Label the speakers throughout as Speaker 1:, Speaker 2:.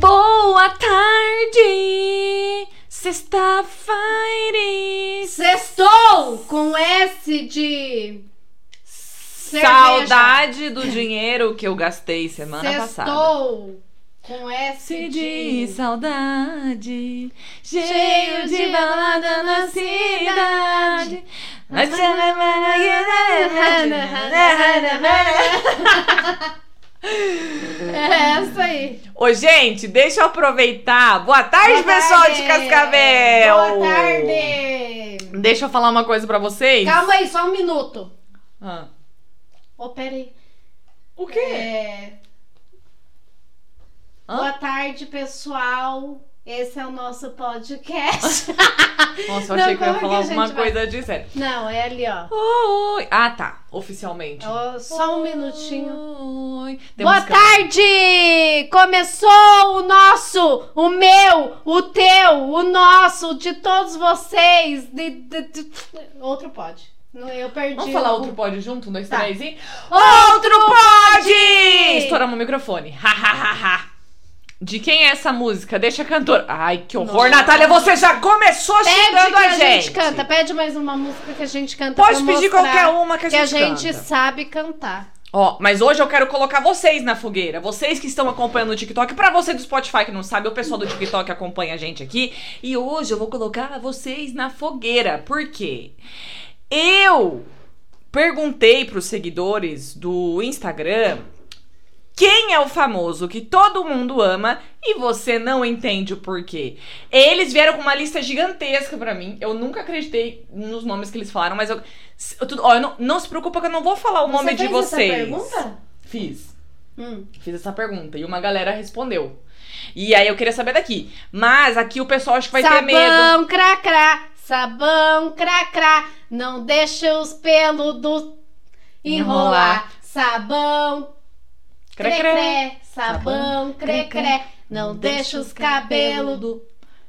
Speaker 1: Boa tarde! Sexta Fire!
Speaker 2: Sextou com S de. cerveja.
Speaker 1: Saudade do dinheiro que eu gastei semana passada.
Speaker 2: Sextou com S
Speaker 1: Se
Speaker 2: de.
Speaker 1: diz saudade,
Speaker 2: Cheio
Speaker 1: cheio
Speaker 2: de
Speaker 1: de balada na cidade.
Speaker 2: É essa aí.
Speaker 1: Ô, gente, deixa eu aproveitar. Boa tarde,
Speaker 2: Boa
Speaker 1: pessoal de
Speaker 2: tarde.
Speaker 1: Cascavel!
Speaker 2: Boa tarde.
Speaker 1: Deixa eu falar uma coisa pra vocês.
Speaker 2: Calma aí, só um minuto.
Speaker 1: Ah.
Speaker 2: Ô, peraí.
Speaker 1: O
Speaker 2: É...
Speaker 1: Hã?
Speaker 2: Boa tarde, pessoal. Esse é o nosso podcast.
Speaker 1: Nossa, eu
Speaker 2: Não,
Speaker 1: achei que eu ia
Speaker 2: como é que
Speaker 1: falar
Speaker 2: a
Speaker 1: alguma
Speaker 2: gente vai-
Speaker 1: coisa de sério.
Speaker 2: Não, é ali, ó.
Speaker 1: Oi. Ah, tá. Oficialmente.
Speaker 2: Ó, Só um minutinho.
Speaker 1: Oi.
Speaker 2: Boa tarde! Começou o nosso, o meu, o teu, o nosso, de todos vocês. De- de- de- Outro pode. Não, Eu perdi.
Speaker 1: Vamos falar
Speaker 2: o-
Speaker 1: outro pódio junto? Um, dois,
Speaker 2: Tá.
Speaker 1: três e.
Speaker 2: Ó,
Speaker 1: Outro pódio! Estouramos o microfone. Ha, ha, ha, ha. De quem é essa música? Deixa a cantora. Ai, que horror.
Speaker 2: Nossa.
Speaker 1: Natália, você já começou
Speaker 2: Pede
Speaker 1: xingando
Speaker 2: que a gente.
Speaker 1: Tá gente.
Speaker 2: canta. Pede mais uma música que a gente canta.
Speaker 1: Pode
Speaker 2: pra
Speaker 1: pedir
Speaker 2: mostrar
Speaker 1: qualquer uma que a
Speaker 2: Que a
Speaker 1: gente,
Speaker 2: gente
Speaker 1: canta.
Speaker 2: sabe cantar.
Speaker 1: Ó, mas hoje eu quero colocar vocês na fogueira. Vocês que estão acompanhando o TikTok. Pra você do Spotify que não sabe, o pessoal do TikTok acompanha a gente aqui. E hoje eu vou colocar vocês na fogueira. Por quê? Eu perguntei pros seguidores do Instagram quem é o famoso que todo mundo ama e você não entende o porquê. Eles vieram com uma lista gigantesca pra mim. Eu nunca acreditei nos nomes que eles falaram, mas eu. se- eu tudo- ó, eu não, não se preocupa que eu não vou falar o nome
Speaker 2: Você
Speaker 1: de
Speaker 2: fez essa
Speaker 1: vocês.
Speaker 2: pergunta?
Speaker 1: Fiz.
Speaker 2: Hum.
Speaker 1: Fiz essa pergunta e uma galera respondeu. E aí eu queria saber daqui. Mas aqui o pessoal acho que vai ter medo.
Speaker 2: sabão cracrá, sabão cracrá, não deixa os pelos do enrolar.
Speaker 1: Enrolar.
Speaker 2: Sabão
Speaker 1: Crê, crê.
Speaker 2: cré, sabão
Speaker 1: crê,
Speaker 2: cré, não deixa os cabelos do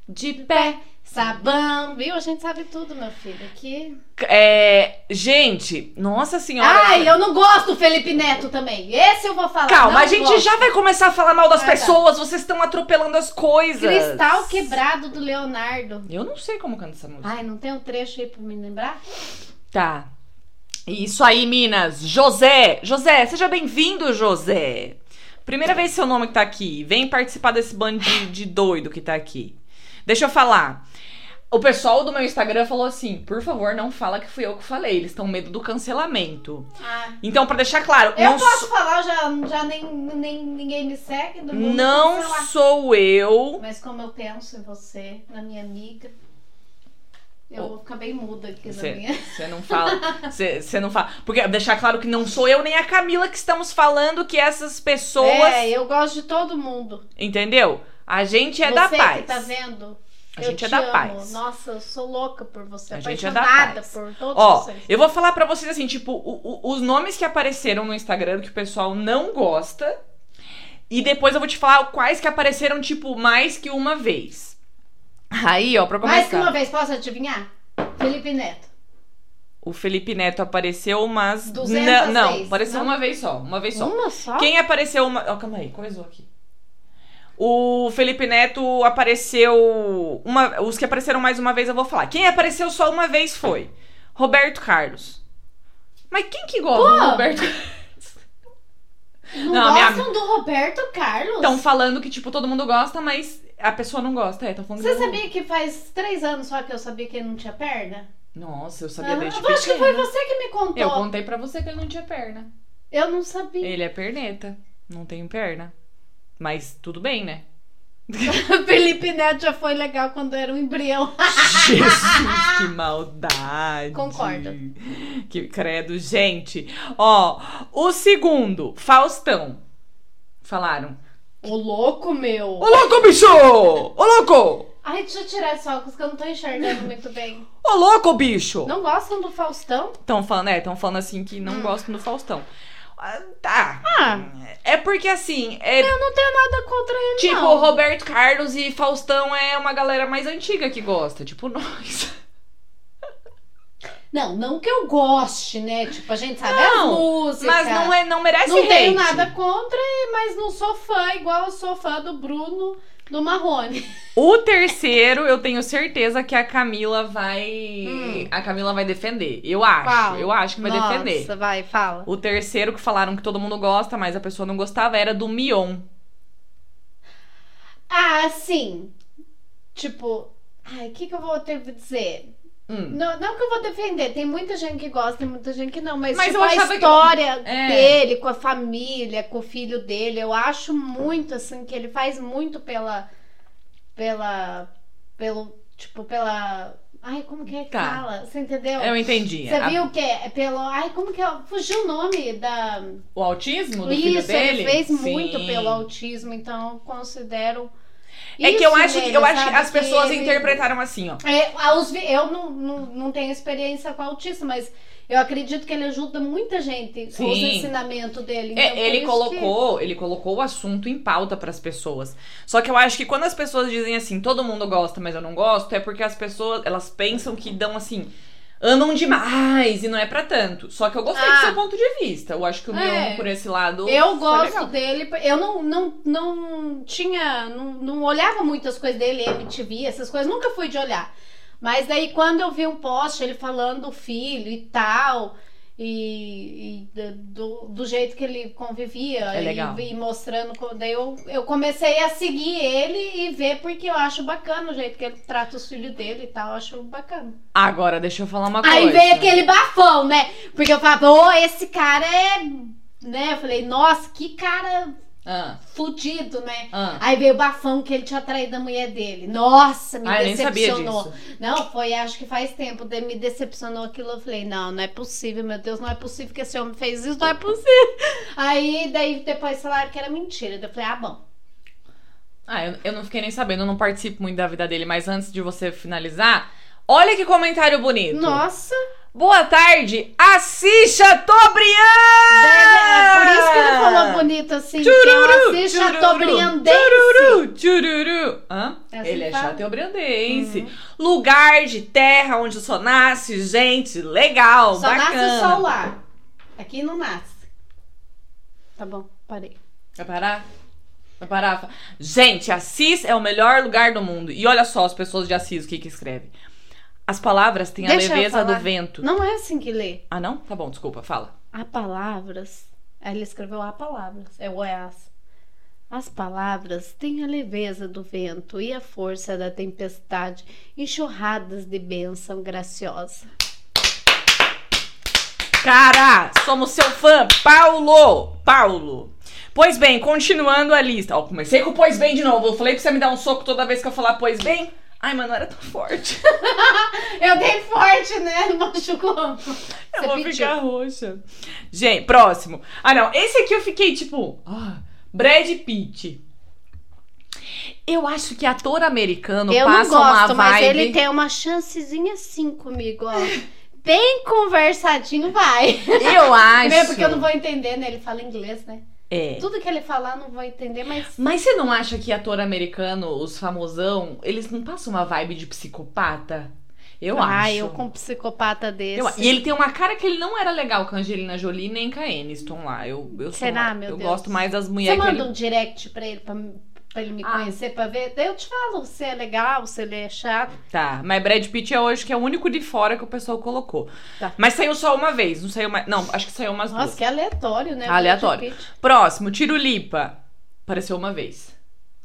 Speaker 1: de
Speaker 2: pé. Sabão, viu? A gente sabe tudo, meu filho. Aqui.
Speaker 1: É, gente, nossa senhora.
Speaker 2: Ai, eu não gosto do Felipe Neto também. Esse eu vou falar.
Speaker 1: Calma,
Speaker 2: não
Speaker 1: a gente
Speaker 2: gosto.
Speaker 1: já vai começar a falar mal das
Speaker 2: Ah, tá.
Speaker 1: pessoas, vocês estão atropelando as coisas.
Speaker 2: Cristal quebrado do Leonardo.
Speaker 1: Eu não sei como canta essa música.
Speaker 2: Ai, não tem um trecho aí pra me lembrar?
Speaker 1: Tá. Isso aí, Minas. José, José, seja bem-vindo, José. Primeira vez seu nome que tá aqui. Vem participar desse bando de, de doido que tá aqui. Deixa eu falar. O pessoal do meu Instagram falou assim: por favor, não fala que fui eu que falei. Eles estão medo do cancelamento.
Speaker 2: Ah,
Speaker 1: Então, pra deixar claro,
Speaker 2: Eu
Speaker 1: não
Speaker 2: posso falar, já, já nem, nem ninguém me segue. do mundo,
Speaker 1: Não
Speaker 2: sei lá.
Speaker 1: sou eu.
Speaker 2: Mas como eu penso em você, na minha amiga, eu
Speaker 1: Oh.
Speaker 2: vou ficar bem muda aqui na minha.
Speaker 1: Você não fala. Você não fala. Porque deixar claro que não sou eu nem a Camila que estamos falando que essas pessoas.
Speaker 2: É, eu gosto de todo mundo.
Speaker 1: Entendeu? A gente é
Speaker 2: você
Speaker 1: da paz.
Speaker 2: que tá vendo,
Speaker 1: A
Speaker 2: eu
Speaker 1: gente é
Speaker 2: te
Speaker 1: da
Speaker 2: amo.
Speaker 1: paz.
Speaker 2: Nossa, eu sou louca por você.
Speaker 1: A gente é da
Speaker 2: apaixonada
Speaker 1: paz.
Speaker 2: por todos
Speaker 1: Ó,
Speaker 2: vocês.
Speaker 1: eu vou falar pra vocês assim, tipo, o- o- os nomes que apareceram no Instagram que o pessoal não gosta. E depois eu vou te falar quais que apareceram, tipo, mais que uma vez. Aí, ó, pra começar.
Speaker 2: Mais que uma vez, posso adivinhar? Felipe Neto.
Speaker 1: O Felipe Neto apareceu, mas.
Speaker 2: 200
Speaker 1: Não, não,
Speaker 2: vezes,
Speaker 1: apareceu
Speaker 2: não? Hum?
Speaker 1: uma vez só. Uma vez só.
Speaker 2: Uma só?
Speaker 1: Quem apareceu uma. Ó, calma aí, coisou aqui. O Felipe Neto apareceu. Uma... Os que apareceram mais uma vez eu vou falar. Quem apareceu só uma vez foi Roberto Carlos. Mas quem que gosta
Speaker 2: Pô!
Speaker 1: do Roberto Carlos?
Speaker 2: Não,
Speaker 1: Não, minha-
Speaker 2: gostam do Roberto Carlos?
Speaker 1: Estão falando que, tipo, todo mundo gosta, mas a pessoa não gosta. É, tão falando que
Speaker 2: Você
Speaker 1: todo mundo-
Speaker 2: sabia que faz três anos só que eu sabia que ele não tinha perna?
Speaker 1: Nossa, eu sabia
Speaker 2: Ah,
Speaker 1: desde
Speaker 2: eu acho que foi
Speaker 1: pequena.
Speaker 2: você que me contou.
Speaker 1: Eu contei pra você que ele não tinha perna.
Speaker 2: Eu não sabia.
Speaker 1: Ele é perneta. Não tenho perna. Mas tudo bem, né?
Speaker 2: Felipe Neto já foi legal quando era um embrião.
Speaker 1: Jesus, que maldade.
Speaker 2: Concordo.
Speaker 1: Que credo, gente. Ó, o segundo, Faustão. Falaram.
Speaker 2: Ô louco, meu.
Speaker 1: Ô louco, bicho! Ô louco!
Speaker 2: Ai, deixa eu tirar esse óculos que eu não tô enxergando muito bem.
Speaker 1: Ô louco, bicho!
Speaker 2: Não gostam do Faustão?
Speaker 1: Estão falando, é, estão falando assim que não gostam do Faustão. Ah, tá.
Speaker 2: Ah,
Speaker 1: É porque assim, é
Speaker 2: eu não tenho nada contra ele,
Speaker 1: tipo
Speaker 2: não.
Speaker 1: Roberto Carlos e Faustão é uma galera mais antiga que gosta, tipo nós.
Speaker 2: Não, não que eu goste, né? Tipo, a gente sabe
Speaker 1: Não,
Speaker 2: as músicas.
Speaker 1: Mas não, é, não merece
Speaker 2: tá Não
Speaker 1: hate.
Speaker 2: tenho nada contra, e- mas não sou fã, igual eu sou fã do Bruno do Marrone.
Speaker 1: O terceiro, eu tenho certeza que a Camila vai.
Speaker 2: Hum.
Speaker 1: A Camila vai defender. Eu acho.
Speaker 2: Qual?
Speaker 1: Eu acho que vai
Speaker 2: Nossa,
Speaker 1: defender.
Speaker 2: vai, fala.
Speaker 1: O terceiro que falaram que todo mundo gosta, mas a pessoa não gostava, era do Mion.
Speaker 2: Ah, sim. Tipo, ai, o que, que eu vou ter que dizer?
Speaker 1: Hum.
Speaker 2: Não, não que eu vou defender, tem muita gente que gosta, tem muita gente que não, mas,
Speaker 1: Mas
Speaker 2: tipo,
Speaker 1: eu
Speaker 2: a
Speaker 1: achava que-
Speaker 2: história
Speaker 1: É.
Speaker 2: dele com a família, com o filho dele, eu acho muito assim que ele faz muito pela pela pelo, tipo, pela ai, como que é que
Speaker 1: Tá.
Speaker 2: fala? Você entendeu?
Speaker 1: Eu entendi.
Speaker 2: Então, Você
Speaker 1: A-
Speaker 2: viu que é pelo. Ai, como que é? Fugiu o nome da.
Speaker 1: O autismo do filho
Speaker 2: Isso,
Speaker 1: dele?
Speaker 2: ele fez
Speaker 1: Sim.
Speaker 2: muito pelo autismo, então eu considero.
Speaker 1: É que
Speaker 2: isso
Speaker 1: eu acho que
Speaker 2: nele,
Speaker 1: eu acho que
Speaker 2: sabe?
Speaker 1: as pessoas
Speaker 2: Que ele-
Speaker 1: interpretaram assim, ó.
Speaker 2: É, ah, os vi- eu não, não, não tenho experiência com autismo, mas eu acredito que ele ajuda muita gente com os
Speaker 1: Sim.
Speaker 2: ensinamentos dele.
Speaker 1: É,
Speaker 2: então por
Speaker 1: ele
Speaker 2: isso
Speaker 1: colocou, ele colocou o assunto em pauta pras pessoas. Só que eu acho que quando as pessoas dizem assim, todo mundo gosta, mas eu não gosto, é porque as pessoas, elas pensam que dão assim, amam demais e não é pra tanto. Só que eu gostei do
Speaker 2: Ah.
Speaker 1: seu ponto de vista. Eu acho que o Mion
Speaker 2: É.
Speaker 1: por esse lado
Speaker 2: que Eu
Speaker 1: foi
Speaker 2: gosto
Speaker 1: legal.
Speaker 2: dele, eu não, não, não tinha, não, não olhava muitas coisas dele, MTV, essas coisas, nunca fui de olhar. Mas daí quando eu vi um post, ele falando do filho e tal, e, e da- do, do jeito que ele convivia,
Speaker 1: É legal.
Speaker 2: E, e mostrando, co- daí eu, eu comecei a seguir ele e ver porque eu acho bacana o jeito que ele trata os filhos dele e tal, eu acho bacana.
Speaker 1: Agora deixa eu falar uma
Speaker 2: Aí
Speaker 1: coisa.
Speaker 2: veio aquele bafão, né? Porque eu falava, ô, esse cara é. Né? Eu falei, nossa, que cara
Speaker 1: Ah,
Speaker 2: fudido, né?
Speaker 1: ah.
Speaker 2: Aí veio o bafão que ele tinha traído a mulher dele. Nossa, me
Speaker 1: Ah, eu nem sabia
Speaker 2: decepcionou.
Speaker 1: disso.
Speaker 2: Não, foi acho que faz tempo. daí Me decepcionou aquilo. Eu falei, não, não é possível, meu Deus, não é possível que esse homem fez isso, não é possível. Aí daí depois falaram que era mentira. daí Eu falei, ah, bom.
Speaker 1: Ah, eu, eu não fiquei nem sabendo, eu não participo muito da vida dele, mas antes de você finalizar, olha que comentário bonito.
Speaker 2: Nossa!
Speaker 1: Boa tarde, Assisha Tobrian!
Speaker 2: É por isso que ele falou bonito assim.
Speaker 1: Chururu,
Speaker 2: que eu assisto
Speaker 1: chururu,
Speaker 2: Chateaubriand
Speaker 1: Chururu, chururu. Hã?
Speaker 2: É assim
Speaker 1: Ele é
Speaker 2: que fala. Hum.
Speaker 1: chateaubriandense. Lugar de terra onde só nasce gente legal,
Speaker 2: Só nasce
Speaker 1: bacana.
Speaker 2: o sol lá. Aqui não nasce. Tá bom, parei.
Speaker 1: Vai parar? Vai parar? Fa- Gente, Assis é o melhor lugar do mundo. E olha só as pessoas de Assis, o que que escreve. As palavras têm
Speaker 2: Deixa
Speaker 1: a
Speaker 2: eu
Speaker 1: leveza do
Speaker 2: falar.
Speaker 1: vento.
Speaker 2: Não é assim que lê.
Speaker 1: Ah, não? Tá bom, desculpa, fala.
Speaker 2: Há palavras. Aí ele escreveu há palavras. É o é as. As palavras têm a leveza do vento e a força da tempestade, enxurradas de bênção graciosa.
Speaker 1: Cara, somos seu fã, Paulo! Paulo! Pois bem, continuando a lista. Ó, comecei com o pois bem de novo. Eu falei pra você me dar um soco toda vez que eu falar pois bem. Ai, mano, era tão forte.
Speaker 2: Eu dei forte, né? Machucou.
Speaker 1: Eu
Speaker 2: Você
Speaker 1: vou
Speaker 2: pediu.
Speaker 1: ficar roxa. Gente, próximo. Ah, não. Esse aqui eu fiquei tipo. ah, Brad Pitt. Eu acho que ator americano
Speaker 2: Eu não
Speaker 1: passa uma
Speaker 2: gosto,
Speaker 1: vibe.
Speaker 2: mas ele tem uma chancezinha assim comigo, ó. Bem conversadinho, vai.
Speaker 1: Eu acho.
Speaker 2: Primeiro porque eu não vou entender, né? Ele fala inglês, né?
Speaker 1: É.
Speaker 2: Tudo que ele falar eu não vou entender, mas
Speaker 1: Mas você não acha que ator americano, os famosão, eles não passam uma vibe de psicopata? Eu
Speaker 2: ah,
Speaker 1: acho.
Speaker 2: eu com um psicopata desse.
Speaker 1: Eu- E ele tem uma cara que ele não era legal com a Angelina Jolie nem com a Aniston lá. Eu, eu sou
Speaker 2: Será,
Speaker 1: uma-
Speaker 2: meu
Speaker 1: Eu
Speaker 2: Deus?
Speaker 1: gosto mais das
Speaker 2: Você
Speaker 1: mulheres que
Speaker 2: manda
Speaker 1: ele...
Speaker 2: um direct pra ele, pra, pra ele me
Speaker 1: Ah.
Speaker 2: conhecer, pra ver. Daí eu te falo se é legal, se ele é chato.
Speaker 1: Tá, mas Brad Pitt é hoje que é o único de fora que o pessoal colocou.
Speaker 2: Tá.
Speaker 1: Mas saiu só uma vez, não saiu mais... Não, acho que saiu umas
Speaker 2: Nossa,
Speaker 1: duas.
Speaker 2: que aleatório, né?
Speaker 1: Ah, Aleatório.
Speaker 2: Brad Pitt.
Speaker 1: Próximo, Tiro Lipa. Apareceu uma vez.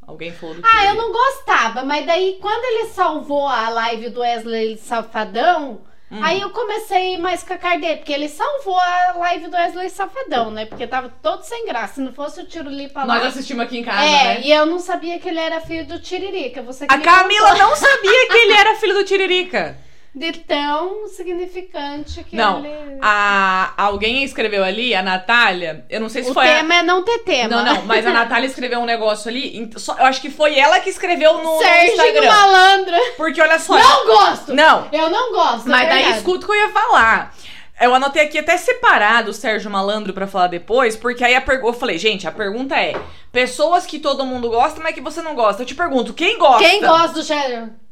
Speaker 1: Alguém falou do
Speaker 2: Ah, eu não gostava, mas daí quando ele salvou a live do Wesley Safadão,
Speaker 1: Hum.
Speaker 2: aí eu comecei mais com a cara dele, porque ele salvou a live do Wesley Safadão, né? Porque tava todo sem graça. Se não fosse o tiro lipa lá.
Speaker 1: Nós assistimos aqui em casa,
Speaker 2: É,
Speaker 1: né?
Speaker 2: e eu não sabia que ele era filho do Tiririca. Você que
Speaker 1: A
Speaker 2: me
Speaker 1: Camila não sabia que ele era filho do Tiririca.
Speaker 2: contou. De tão significante que
Speaker 1: Não,
Speaker 2: ele...
Speaker 1: a, alguém escreveu ali, a Natália, eu não sei se
Speaker 2: O
Speaker 1: foi a-
Speaker 2: tema é não ter tema.
Speaker 1: Não, não, mas a Natália escreveu um negócio ali, ent- só- eu acho que foi ela que escreveu no, no
Speaker 2: Sérgio
Speaker 1: Instagram.
Speaker 2: Malandra.
Speaker 1: Porque olha só.
Speaker 2: Não gosto!
Speaker 1: Não,
Speaker 2: Eu não gosto,
Speaker 1: mas
Speaker 2: é
Speaker 1: daí
Speaker 2: verdade.
Speaker 1: escuta o que eu ia falar. Eu anotei aqui até separado o Sérgio Malandro pra falar depois, porque aí a pergu- eu falei, gente, a pergunta é: pessoas que todo mundo gosta, mas que você não gosta. Eu te pergunto, quem gosta?
Speaker 2: Quem gosta do Sérgio?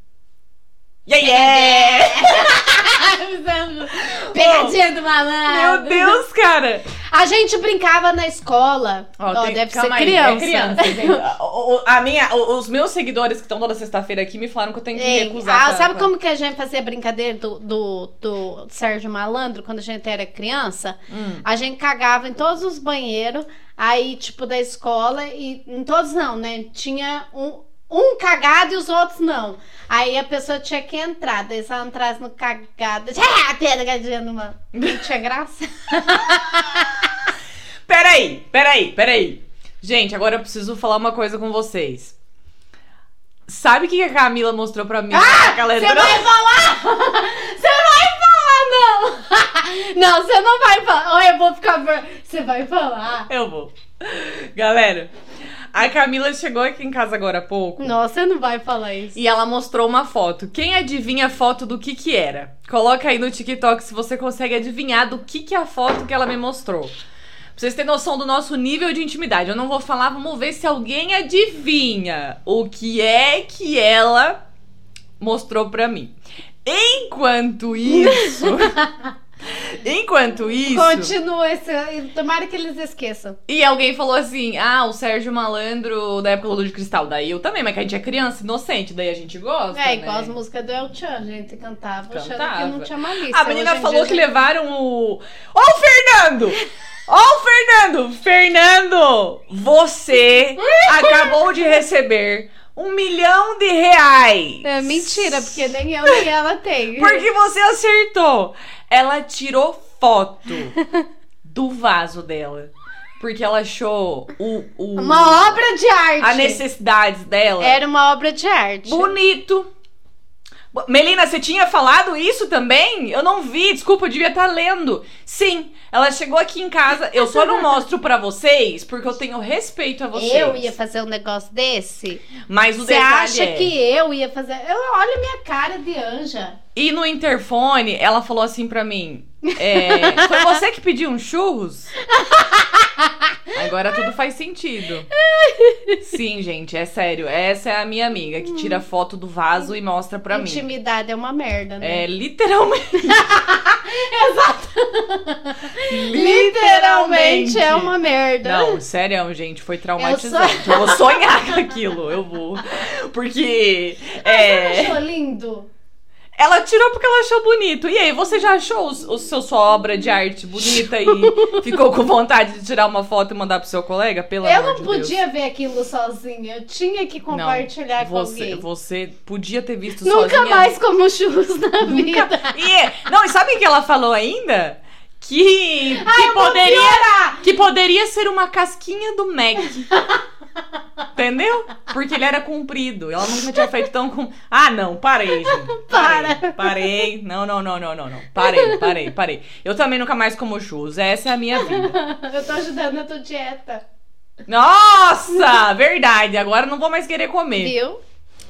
Speaker 1: é, Yeah, yeah!
Speaker 2: Pegadinha Ah, do
Speaker 1: Meu
Speaker 2: malandro.
Speaker 1: Deus, cara!
Speaker 2: A gente brincava na escola. Ó,
Speaker 1: tem-
Speaker 2: deve ser
Speaker 1: calma aí,
Speaker 2: criança.
Speaker 1: é criança, gente. O- o- a minha, o- os meus seguidores que estão toda sexta-feira aqui me falaram que eu tenho que
Speaker 2: Ei,
Speaker 1: recusar.
Speaker 2: ah,
Speaker 1: essa-
Speaker 2: sabe como que a gente fazia brincadeira do, do, do Sérgio Malandro quando a gente era criança?
Speaker 1: Hum.
Speaker 2: A gente cagava em todos os banheiros, aí, tipo, da escola, e em todos não, né? Tinha um, um cagado e os outros não. Aí a pessoa tinha que entrar, daí se ela entrasse no cagado, ah, pegadinha numa. Não tinha graça.
Speaker 1: Peraí, peraí, peraí. Gente, agora eu preciso falar uma coisa com vocês. Sabe o que a Camila mostrou pra mim? Ah,
Speaker 2: Você vai falar! Você não vai falar, não! Não, você não vai falar. Ou eu vou ficar. ver- Você vai falar.
Speaker 1: Eu vou. Galera, a Camila chegou aqui em casa agora há pouco.
Speaker 2: Nossa, você não vai falar isso.
Speaker 1: E ela mostrou uma foto. Quem adivinha a foto do que que era? Coloca aí no TikTok se você consegue adivinhar do que que é a foto que ela me mostrou. Pra vocês terem noção do nosso nível de intimidade. Eu não vou falar, vamos ver se alguém adivinha o que é que ela mostrou pra mim. Enquanto isso... enquanto isso...
Speaker 2: Continua esse. Tomara que eles esqueçam.
Speaker 1: E alguém falou assim: ah, o Sérgio Malandro da época do Lua de Cristal. Daí eu também, mas que a gente é criança, inocente, daí a gente gosta. né?
Speaker 2: é, igual as músicas do El Chan, a gente cantava, achando
Speaker 1: Cantava.
Speaker 2: que não tinha malícia.
Speaker 1: A menina
Speaker 2: Hoje em
Speaker 1: falou
Speaker 2: dia
Speaker 1: que
Speaker 2: já-
Speaker 1: levaram o. Ô, o Fernando! Ó, o Fernando! Fernando! Você acabou de receber um milhão de reais!
Speaker 2: É mentira, porque nem eu nem ela tem.
Speaker 1: Porque você acertou! Ela tirou foto do vaso dela. Porque ela achou o. o-
Speaker 2: Uma obra de arte.
Speaker 1: a necessidade dela.
Speaker 2: Era uma obra de arte.
Speaker 1: Bonito. Bo- Melina, você tinha falado isso também? Eu não vi, desculpa, eu devia estar lendo. Sim, ela chegou aqui em casa. Eu só não mostro pra vocês porque eu tenho respeito a vocês.
Speaker 2: Eu ia fazer um negócio desse?
Speaker 1: Mas o
Speaker 2: Você
Speaker 1: detalhe
Speaker 2: acha
Speaker 1: é-
Speaker 2: que eu ia fazer? Eu olha a minha cara de anja.
Speaker 1: E no interfone, ela falou assim pra mim: é, Foi você que pediu um churros? Agora tudo faz sentido. Sim, gente, é sério. Essa é a minha amiga que tira foto do vaso e mostra pra mim.
Speaker 2: Intimidade é uma merda, né?
Speaker 1: É literalmente. Exato.
Speaker 2: Literalmente é uma merda.
Speaker 1: Não, sério, gente, foi traumatizante. Eu, vou sonhar com aquilo, eu vou. Porque. é,
Speaker 2: Achou lindo?
Speaker 1: ela tirou porque ela achou bonito. E aí, você já achou os, os seu, sua obra de arte bonita e ficou com vontade de tirar uma foto e mandar pro seu colega? Pelo
Speaker 2: eu
Speaker 1: amor
Speaker 2: não
Speaker 1: de Deus.
Speaker 2: podia ver aquilo sozinha. Eu tinha que
Speaker 1: Não,
Speaker 2: compartilhar com
Speaker 1: você,
Speaker 2: alguém.
Speaker 1: Você podia ter visto
Speaker 2: Nunca
Speaker 1: sozinha.
Speaker 2: mais como churros na
Speaker 1: Nunca-
Speaker 2: vida.
Speaker 1: E, é- não, e sabe o que ela falou ainda? Que, que poderia que poderia ser uma casquinha do Mac. Entendeu? Porque ele era comprido. Ela nunca tinha feito tão com. Ah, não, parei, gente. Parei, Parei. Não, não, não, não, não, não. Parei, parei, parei. Eu também nunca mais como churros. Essa é a minha vida.
Speaker 2: Eu tô ajudando a tua dieta.
Speaker 1: Nossa! Verdade. Agora eu não vou mais querer comer.
Speaker 2: Viu?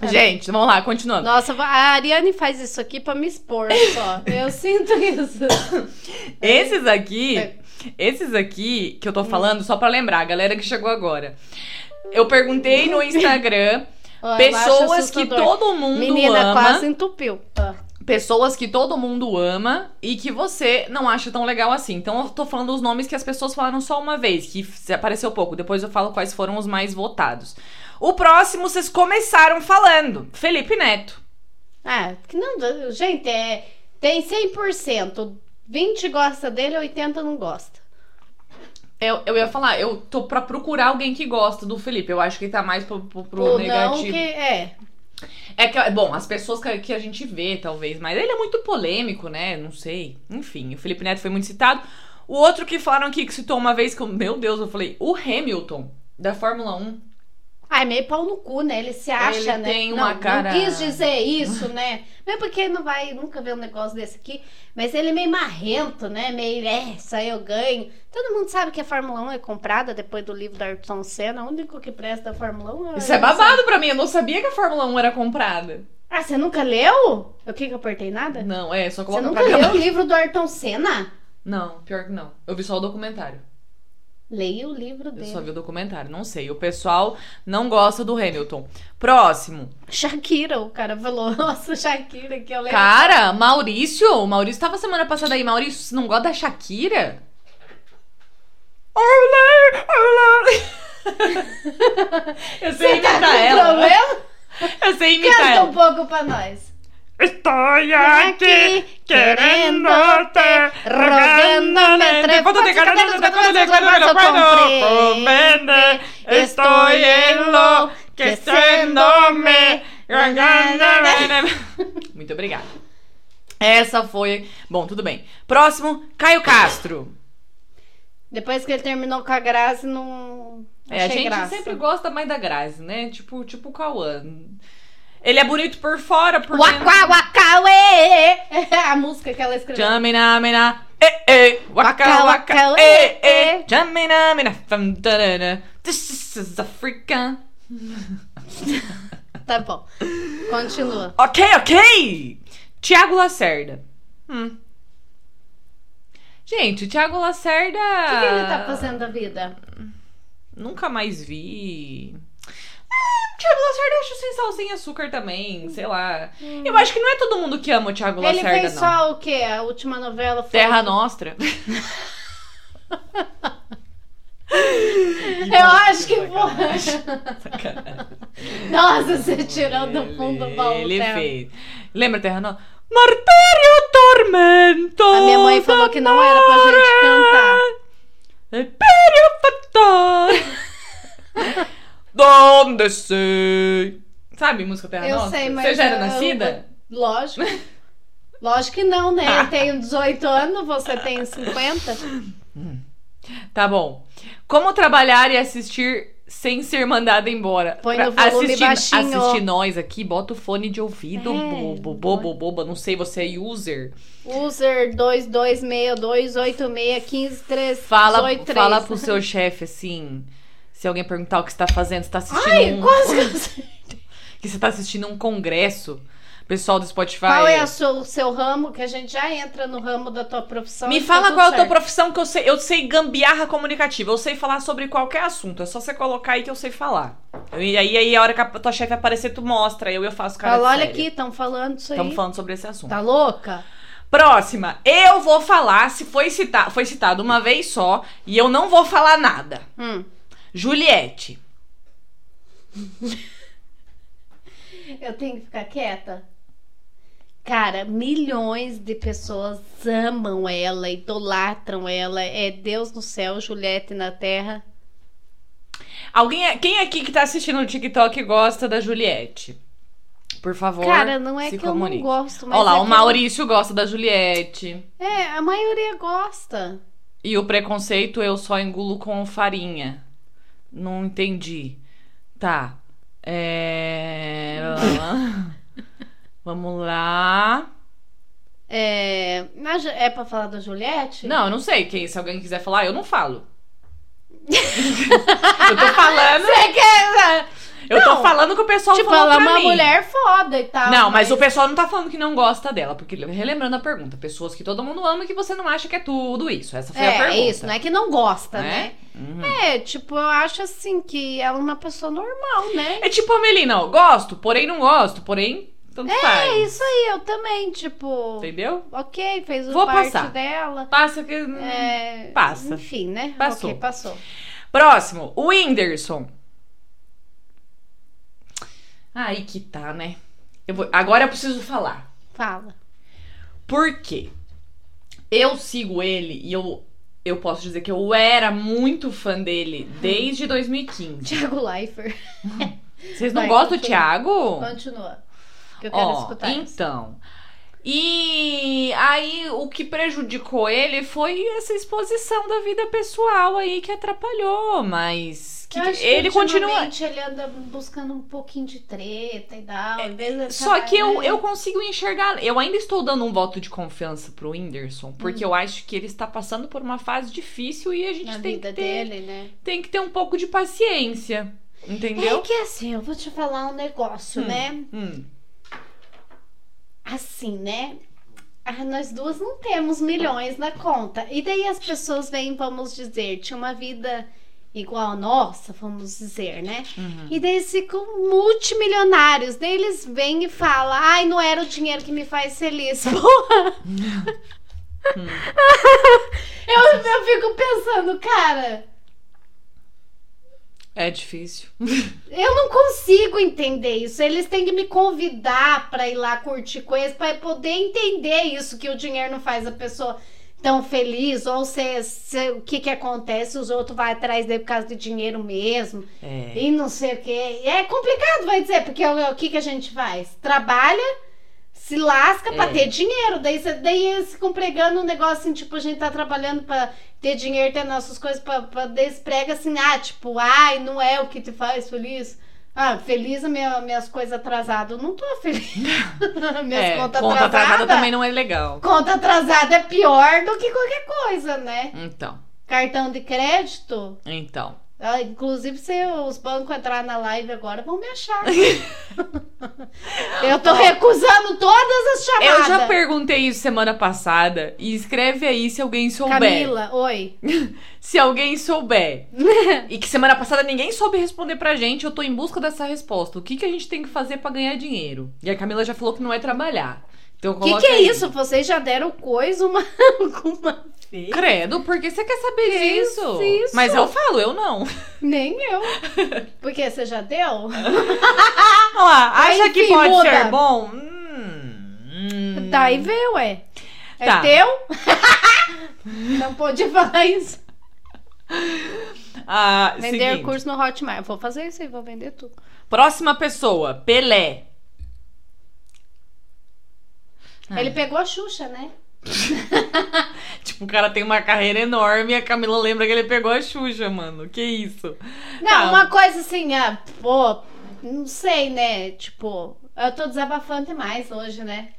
Speaker 1: Gente, vamos lá, continuando.
Speaker 2: Nossa, a Ariane faz isso aqui pra me expor só. Eu sinto isso.
Speaker 1: Esses aqui,
Speaker 2: É.
Speaker 1: esses aqui que eu tô falando, só pra lembrar, a galera que chegou agora. Eu perguntei no Instagram
Speaker 2: Ó, eu acho
Speaker 1: pessoas que
Speaker 2: assustador.
Speaker 1: todo mundo
Speaker 2: Menina,
Speaker 1: ama,
Speaker 2: quase entupiu. Ó.
Speaker 1: pessoas que todo mundo ama e que você não acha tão legal assim. Então eu tô falando os nomes que as pessoas falaram só uma vez, que f- apareceu pouco. Depois eu falo quais foram os mais votados. O próximo vocês começaram falando, Felipe Neto.
Speaker 2: Ah, que não, gente, é, tem 100%. 20 gosta dele, 80 não gosta.
Speaker 1: Eu, eu ia falar, eu tô pra procurar alguém que gosta do Felipe. Eu acho que tá mais pro, pro- pro
Speaker 2: Ou não
Speaker 1: negativo.
Speaker 2: que é.
Speaker 1: É que, bom, as pessoas que, que a gente vê, talvez, mas ele é muito polêmico, né? Não sei. Enfim, o Felipe Neto foi muito citado. O outro que falaram aqui, que citou uma vez, que eu, meu Deus, eu falei, o Hamilton, da Fórmula 1.
Speaker 2: Ah, é meio pau no cu, né? Ele se acha,
Speaker 1: Ele
Speaker 2: né?
Speaker 1: tem
Speaker 2: não,
Speaker 1: uma cara-
Speaker 2: não quis dizer isso, né? Mesmo porque não vai nunca ver um negócio desse aqui. Mas ele é meio marrento, né? Meio, é, isso aí eu ganho. Todo mundo sabe que a Fórmula 1 é comprada depois do livro da Ayrton Senna. O único que presta da Fórmula 1 é o
Speaker 1: Isso é
Speaker 2: Ayrton Senna.
Speaker 1: babado pra mim, eu não sabia que a Fórmula 1 era comprada.
Speaker 2: Ah, você nunca leu? Eu que que eu apertei nada?
Speaker 1: Não, é, só
Speaker 2: Você
Speaker 1: coloca
Speaker 2: nunca
Speaker 1: pra cá.
Speaker 2: leu o livro do Ayrton Senna?
Speaker 1: Não, pior que não. Eu vi só o documentário.
Speaker 2: Leia o livro
Speaker 1: Eu
Speaker 2: dele.
Speaker 1: só vi o documentário, não sei. O pessoal não gosta do Hamilton. Próximo.
Speaker 2: Shakira, o cara falou. Nossa, Shakira, que eu lembro.
Speaker 1: Cara, Maurício, o Maurício tava semana passada aí. Maurício, você não gosta da Shakira? Olá, olá. Eu sei
Speaker 2: Você tá
Speaker 1: imitar
Speaker 2: com
Speaker 1: ela. né?
Speaker 2: problema?
Speaker 1: Eu sei imitar
Speaker 2: Canta um
Speaker 1: ela.
Speaker 2: pouco pra nós.
Speaker 1: Estou
Speaker 2: aqui, querendo te, rogando me trepo,
Speaker 1: Quando te
Speaker 2: chica,
Speaker 1: quero,
Speaker 2: quero,
Speaker 1: quando te
Speaker 2: quero,
Speaker 1: quero,
Speaker 2: quero,
Speaker 1: quero,
Speaker 2: compreende,
Speaker 1: Estou en lo que siéndome. Muito obrigada. Essa foi. Bom, tudo bem. Próximo, Caio Castro.
Speaker 2: Depois que ele terminou com a Grazi, não.
Speaker 1: É, a
Speaker 2: achei
Speaker 1: gente
Speaker 2: graça.
Speaker 1: sempre gosta mais da Grazi, né? Tipo, tipo o Cauã. Ele é bonito por fora, por dentro.
Speaker 2: Waka, waka, ué! A música que ela escreveu.
Speaker 1: Jamina, mina, eh, eh, waka,
Speaker 2: Waka,
Speaker 1: waka,
Speaker 2: waka,
Speaker 1: eh,
Speaker 2: eh,
Speaker 1: eh,
Speaker 2: eh.
Speaker 1: jamina, mina, fam, tarana. this is Africa.
Speaker 2: Tá bom. Continua.
Speaker 1: Ok, ok! Tiago Lacerda. Hum. Gente, o Tiago Lacerda...
Speaker 2: O que, que ele
Speaker 1: Ah.
Speaker 2: tá fazendo da vida?
Speaker 1: Nunca mais vi. Ah, Tiago Lacerda eu acho sem sal, sem açúcar também, sei lá. Eu acho que não é todo mundo que ama o Tiago
Speaker 2: Hum. Ele
Speaker 1: Lacerda,
Speaker 2: fez
Speaker 1: não.
Speaker 2: só o quê? A última novela foi.
Speaker 1: Terra Nostra.
Speaker 2: Eu acho que foi. Nossa, você tirou do fundo do baú.
Speaker 1: Ele
Speaker 2: Terra.
Speaker 1: fez. Lembra Terra Nostra? Martírio tormento.
Speaker 2: A minha mãe falou que não era pra gente cantar.
Speaker 1: Império fator. Donde sei. Sabe música Terra
Speaker 2: Eu
Speaker 1: Nostra?
Speaker 2: sei, mas.
Speaker 1: Você já era
Speaker 2: eu-
Speaker 1: nascida?
Speaker 2: eu- lógico. Lógico que não, né? Eu tenho 18 anos, você tem 50.
Speaker 1: Tá bom. Como trabalhar e assistir sem ser mandada embora?
Speaker 2: Põe
Speaker 1: Pra
Speaker 2: no volume
Speaker 1: assistir,
Speaker 2: baixinho.
Speaker 1: assistir nós aqui, bota o fone de ouvido,
Speaker 2: É,
Speaker 1: bobo, bobo, boba. Não sei, você é user.
Speaker 2: User 226286153.
Speaker 1: Fala, fala pro seu chefe assim. Se alguém perguntar o que você tá fazendo, você tá assistindo
Speaker 2: Ai,
Speaker 1: um.
Speaker 2: quase que eu sei.
Speaker 1: Que você tá assistindo um congresso. Pessoal do Spotify.
Speaker 2: Qual é a sua- o seu ramo? Que a gente já entra no ramo da tua profissão.
Speaker 1: Me
Speaker 2: e tá
Speaker 1: fala
Speaker 2: tudo
Speaker 1: qual é a tua
Speaker 2: certo.
Speaker 1: profissão que eu sei. Eu sei gambiarra comunicativa. Eu sei falar sobre qualquer assunto. É só você colocar aí que eu sei falar. E aí, aí a hora que a tua chefe aparecer, tu mostra. Eu, eu faço cara
Speaker 2: Fala,
Speaker 1: de
Speaker 2: olha
Speaker 1: sério.
Speaker 2: aqui, estão falando isso aí.
Speaker 1: Estamos falando sobre esse assunto.
Speaker 2: Tá louca?
Speaker 1: Próxima. Eu vou falar, se foi, cita foi citado uma vez só, e eu não vou falar nada.
Speaker 2: Hum.
Speaker 1: Juliette.
Speaker 2: Eu tenho que ficar quieta? Cara, milhões de pessoas amam ela, idolatram ela. É Deus no céu, Juliette na terra.
Speaker 1: Alguém, é- quem aqui que tá assistindo o TikTok gosta da Juliette? Por favor,
Speaker 2: Cara, não é
Speaker 1: se
Speaker 2: que
Speaker 1: comunique.
Speaker 2: eu não gosto, mas.
Speaker 1: Olha lá,
Speaker 2: é
Speaker 1: o
Speaker 2: que-
Speaker 1: Maurício gosta da Juliette.
Speaker 2: É, a maioria gosta.
Speaker 1: E o preconceito eu só engulo com farinha. Não entendi. Tá. É... Vamos lá.
Speaker 2: É, na Ju- é pra falar da Juliette?
Speaker 1: Não, eu não sei. Quem, se alguém quiser falar, eu não falo. eu tô falando.
Speaker 2: Você quer.
Speaker 1: Eu tô falando que o pessoal
Speaker 2: Tipo,
Speaker 1: falou
Speaker 2: ela é
Speaker 1: pra
Speaker 2: uma
Speaker 1: mim.
Speaker 2: mulher foda e tal. né?
Speaker 1: Não, mas o pessoal não tá falando que não gosta dela, porque relembrando a pergunta, pessoas que todo mundo ama e que você não acha que é tudo isso. Essa foi
Speaker 2: É,
Speaker 1: a pergunta.
Speaker 2: é isso, não é que não gosta,
Speaker 1: Né?
Speaker 2: né?
Speaker 1: Uhum.
Speaker 2: É, tipo, eu acho assim que ela é uma pessoa normal, né?
Speaker 1: É tipo a Melina, ó, gosto, porém não gosto, porém tanto faz.
Speaker 2: É isso aí, eu também, tipo.
Speaker 1: Entendeu?
Speaker 2: Ok, fez o
Speaker 1: Vou
Speaker 2: parte
Speaker 1: passar.
Speaker 2: dela.
Speaker 1: Passa que
Speaker 2: É,
Speaker 1: passa.
Speaker 2: Enfim, né?
Speaker 1: Passou.
Speaker 2: Ok, passou.
Speaker 1: Próximo, o Whindersson. Aí que tá, né? Eu vou... Agora eu preciso falar.
Speaker 2: Fala.
Speaker 1: Por quê? Eu sigo ele e eu, eu posso dizer que eu era muito fã dele desde 2015.
Speaker 2: Tiago Leifert.
Speaker 1: Vocês não
Speaker 2: Vai,
Speaker 1: gostam do
Speaker 2: continua.
Speaker 1: Thiago?
Speaker 2: Continua. Que eu quero
Speaker 1: Ó,
Speaker 2: escutar. isso.
Speaker 1: então. E aí o que prejudicou ele foi essa exposição da vida pessoal aí que atrapalhou, mas que
Speaker 2: Eu acho que
Speaker 1: ele continua
Speaker 2: ultimamente Ele anda buscando um pouquinho de treta e tal. é em vez de
Speaker 1: É, Só que eu,
Speaker 2: trabalhar,
Speaker 1: eu consigo enxergar. Eu ainda estou dando um voto de confiança pro Whindersson, porque eu acho que ele está passando por uma fase difícil e a gente
Speaker 2: Hum. na
Speaker 1: tem
Speaker 2: vida
Speaker 1: que, ter,
Speaker 2: dele, né?
Speaker 1: tem que ter um pouco de paciência.
Speaker 2: É
Speaker 1: Entendeu?
Speaker 2: que assim, eu vou te falar um negócio,
Speaker 1: Hum.
Speaker 2: né?
Speaker 1: Hum.
Speaker 2: Assim, né? Ah, nós duas não temos milhões na conta. E daí as pessoas vêm, vamos dizer, tinha uma vida igual a nossa, vamos dizer, né? E daí eles ficam multimilionários. Daí eles vêm e falam: ai, não era o dinheiro que me faz feliz. Porra! eu, eu fico pensando, cara,
Speaker 1: É difícil.
Speaker 2: eu não consigo entender isso. Eles têm que me convidar pra ir lá curtir com eles, pra eu poder entender isso, que o dinheiro não faz a pessoa tão feliz, ou se, se- o que que acontece, os outros vão atrás dele por causa do dinheiro mesmo,
Speaker 1: É.
Speaker 2: e não sei o que. É complicado, vai dizer, porque é o, o que que a gente faz? Trabalha, se lasca pra
Speaker 1: É.
Speaker 2: ter dinheiro, daí, você- daí eles ficam pregando um negócio assim, tipo, a gente tá trabalhando pra ter dinheiro, ter nossas coisas, pra, pra daí eles pregam assim, ah, tipo, ai, não é o que te faz feliz. Ah, feliz a minha, minhas coisas atrasadas. Eu não tô feliz. minhas
Speaker 1: é,
Speaker 2: contas
Speaker 1: conta atrasada
Speaker 2: atrasadas.
Speaker 1: também não é legal.
Speaker 2: Conta atrasada é pior do que qualquer coisa, né?
Speaker 1: Então,
Speaker 2: Cartão de crédito.
Speaker 1: então.
Speaker 2: ah, Inclusive, se os bancos entrar na live agora, vão me achar. Eu tô recusando todas as chamadas.
Speaker 1: Eu já perguntei isso semana passada e escreve aí se alguém souber.
Speaker 2: Camila, oi.
Speaker 1: Se alguém souber. e que semana passada ninguém soube responder pra gente, eu tô em busca dessa resposta. O que, que a gente tem que fazer pra ganhar dinheiro? E a Camila já falou que não é trabalhar. Então
Speaker 2: O que,
Speaker 1: coloca
Speaker 2: que é
Speaker 1: aí.
Speaker 2: isso? Vocês já deram coisa uma, alguma vez?
Speaker 1: Credo, por que você quer saber
Speaker 2: Que
Speaker 1: disso?
Speaker 2: isso?
Speaker 1: Mas eu falo, eu não.
Speaker 2: Nem eu. Porque você já deu?
Speaker 1: Olha lá, acha
Speaker 2: Aí,
Speaker 1: que
Speaker 2: enfim,
Speaker 1: pode
Speaker 2: muda.
Speaker 1: ser bom? Hum, hum.
Speaker 2: Daí Tá, vê, ué. É
Speaker 1: Tá.
Speaker 2: teu? Não pode falar isso.
Speaker 1: Ah,
Speaker 2: Vender
Speaker 1: seguinte.
Speaker 2: curso no Hotmart. Eu Vou fazer isso aí, vou vender tudo.
Speaker 1: Próxima pessoa, Pelé. Ah.
Speaker 2: Ele pegou a Xuxa, né?
Speaker 1: Tipo, o cara tem uma carreira enorme e a Camila lembra que ele pegou a Xuxa, mano. Que isso?
Speaker 2: Não,
Speaker 1: Tá.
Speaker 2: uma coisa assim, ah, pô, não sei, né? Tipo, eu tô desabafando demais hoje, né?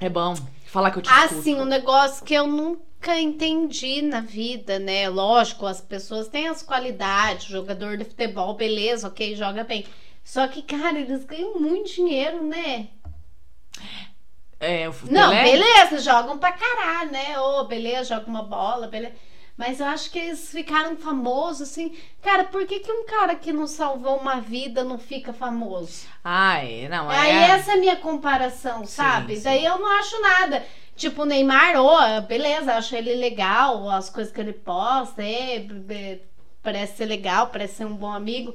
Speaker 1: É bom falar que eu te escuto.
Speaker 2: Assim, um negócio que eu nunca entendi na vida, né? Lógico, as pessoas têm as qualidades, jogador de futebol, beleza, ok, joga bem. Só que, cara, eles ganham muito dinheiro, né?
Speaker 1: É, o Pelé?
Speaker 2: Não, beleza, jogam pra caralho, né? Ô, beleza, joga uma bola, beleza. Mas eu acho que eles ficaram famosos, assim. Cara, por que, que um cara que não salvou uma vida não fica famoso?
Speaker 1: Ah, é, não, é.
Speaker 2: Aí essa é a minha comparação,
Speaker 1: Sim,
Speaker 2: sabe?
Speaker 1: sim.
Speaker 2: Daí eu não acho nada. Tipo, o Neymar, ô, beleza, acho ele legal, as coisas que ele posta, é, b- b- parece ser legal, parece ser um bom amigo.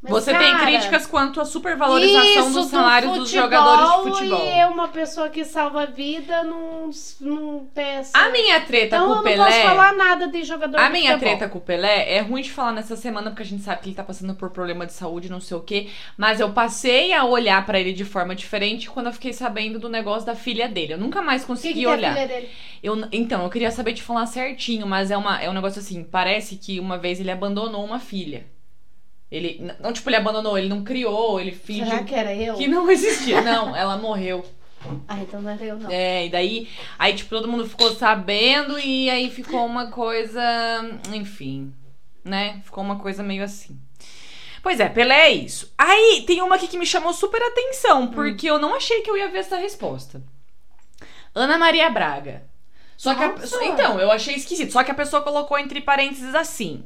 Speaker 2: Mas,
Speaker 1: Você
Speaker 2: cara,
Speaker 1: tem críticas quanto à supervalorização
Speaker 2: isso
Speaker 1: do salário dos jogadores de futebol.
Speaker 2: E eu, uma pessoa que salva a vida, não, não tem essa-
Speaker 1: A minha treta
Speaker 2: Então
Speaker 1: com
Speaker 2: eu
Speaker 1: o
Speaker 2: não
Speaker 1: Pelé.
Speaker 2: posso falar nada de jogador
Speaker 1: A
Speaker 2: de
Speaker 1: minha
Speaker 2: futebol.
Speaker 1: treta com o Pelé é ruim de falar nessa semana, porque a gente sabe que ele tá passando por problema de saúde, não sei o quê. Mas eu passei a olhar pra ele de forma diferente quando eu fiquei sabendo do negócio da filha dele. Eu nunca mais
Speaker 2: O que,
Speaker 1: consegui
Speaker 2: que tem a
Speaker 1: olhar.
Speaker 2: filha dele?
Speaker 1: Eu n- então, eu queria saber te falar certinho, mas é, uma, é um negócio assim, parece que uma vez ele abandonou uma filha. Ele. n- Não, tipo, ele abandonou, ele não criou, ele
Speaker 2: Será
Speaker 1: fingiu
Speaker 2: que era eu?
Speaker 1: que não existia. Não, ela morreu.
Speaker 2: Ah, então não era eu, não.
Speaker 1: É, e daí, aí, tipo, todo mundo ficou sabendo e aí ficou uma coisa. Enfim, né? Ficou uma coisa meio assim. Pois é, Pelé é isso. Aí tem uma aqui que me chamou super atenção,
Speaker 2: Hum.
Speaker 1: porque eu não achei que eu ia ver essa resposta. Ana Maria Braga. Só que a
Speaker 2: Nossa!
Speaker 1: pessoa. Então, eu achei esquisito. Só que a pessoa colocou entre parênteses assim.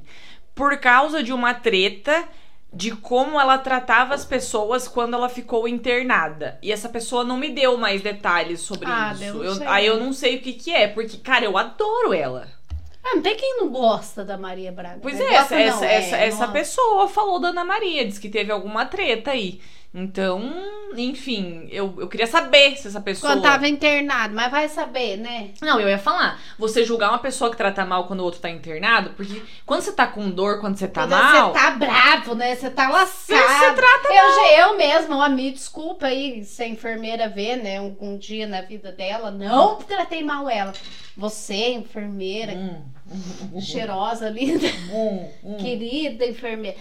Speaker 1: Por causa de uma treta de como ela tratava as pessoas quando ela ficou internada. E essa pessoa não me deu mais detalhes sobre
Speaker 2: Ah,
Speaker 1: isso.
Speaker 2: eu não
Speaker 1: Eu-
Speaker 2: sei.
Speaker 1: aí eu não sei o que que é, porque, cara, eu adoro ela.
Speaker 2: Ah, não tem quem não gosta da Maria Braga.
Speaker 1: Pois
Speaker 2: né?
Speaker 1: é, essa,
Speaker 2: Gosta não,
Speaker 1: essa,
Speaker 2: é,
Speaker 1: essa, essa
Speaker 2: não-
Speaker 1: pessoa falou da Ana Maria, disse que teve alguma treta aí. Então, enfim, eu, eu queria saber se essa pessoa.
Speaker 2: Quando tava internado, mas vai saber, né?
Speaker 1: Não, eu ia falar. Você julgar uma pessoa que trata mal quando o outro tá internado, porque quando você tá com dor, quando você tá
Speaker 2: Quando
Speaker 1: mal.
Speaker 2: Você tá bravo, né? Você tá
Speaker 1: Você se
Speaker 2: lascado.
Speaker 1: trata.
Speaker 2: Eu, já- eu mesma, ó, me desculpa aí se a enfermeira vê, né, algum dia na vida dela. Não tratei mal ela. Você, enfermeira,
Speaker 1: Hum,
Speaker 2: cheirosa, linda,
Speaker 1: hum, hum.
Speaker 2: querida enfermeira.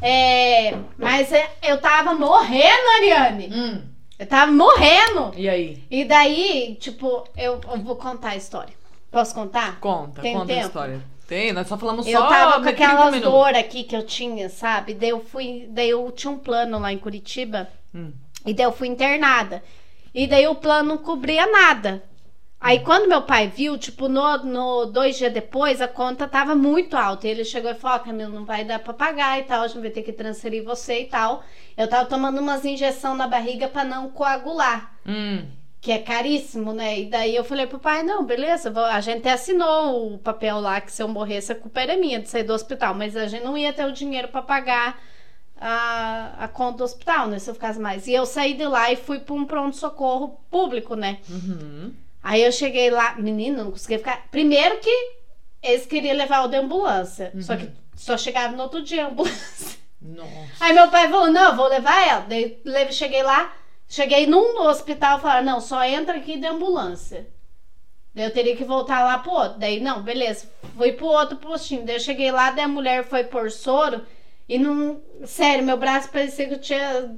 Speaker 2: É, mas é, eu tava morrendo, Ariane.
Speaker 1: Hum.
Speaker 2: Eu tava morrendo.
Speaker 1: E aí?
Speaker 2: E daí, tipo, eu, eu vou contar a história. Posso contar?
Speaker 1: Conta,
Speaker 2: Tem
Speaker 1: conta a
Speaker 2: tempo?
Speaker 1: história. Tem, nós só falamos
Speaker 2: Eu
Speaker 1: só
Speaker 2: tava com
Speaker 1: 30
Speaker 2: aquelas
Speaker 1: minutos.
Speaker 2: dor aqui que eu tinha, sabe? Daí eu fui, daí eu tinha um plano lá em Curitiba.
Speaker 1: Hum.
Speaker 2: E daí eu fui internada. E daí o plano não cobria nada.
Speaker 1: Hum.
Speaker 2: Aí quando meu pai viu, tipo, no, no dois dias depois, a conta tava muito alta. E ele chegou e falou, ó, Camila, não vai dar pra pagar e tal, a gente vai ter que transferir você e tal. Eu tava tomando umas injeção na barriga pra não coagular,
Speaker 1: Hum.
Speaker 2: que é caríssimo, né? E daí eu falei pro pai, não, beleza, vou- a gente até assinou o papel lá que se eu morresse a culpa era minha de sair do hospital, mas a gente não ia ter o dinheiro pra pagar a, a conta do hospital, né? Se eu ficasse mais. E eu saí de lá e fui pra um pronto-socorro público, né?
Speaker 1: Uhum.
Speaker 2: Aí eu cheguei lá, menina, não conseguia ficar. Primeiro que eles queriam levar o de ambulância,
Speaker 1: Uhum.
Speaker 2: só que só chegava no outro dia a ambulância.
Speaker 1: Nossa.
Speaker 2: Aí meu pai falou: não, eu vou levar ela. Daí leve- cheguei lá, cheguei num hospital e falaram: não, só entra aqui de ambulância. Daí eu teria que voltar lá pro outro. Daí, não, beleza, fui pro outro postinho. Daí eu cheguei lá, daí a mulher foi pôr soro e não. Sério, meu braço parecia que eu tinha.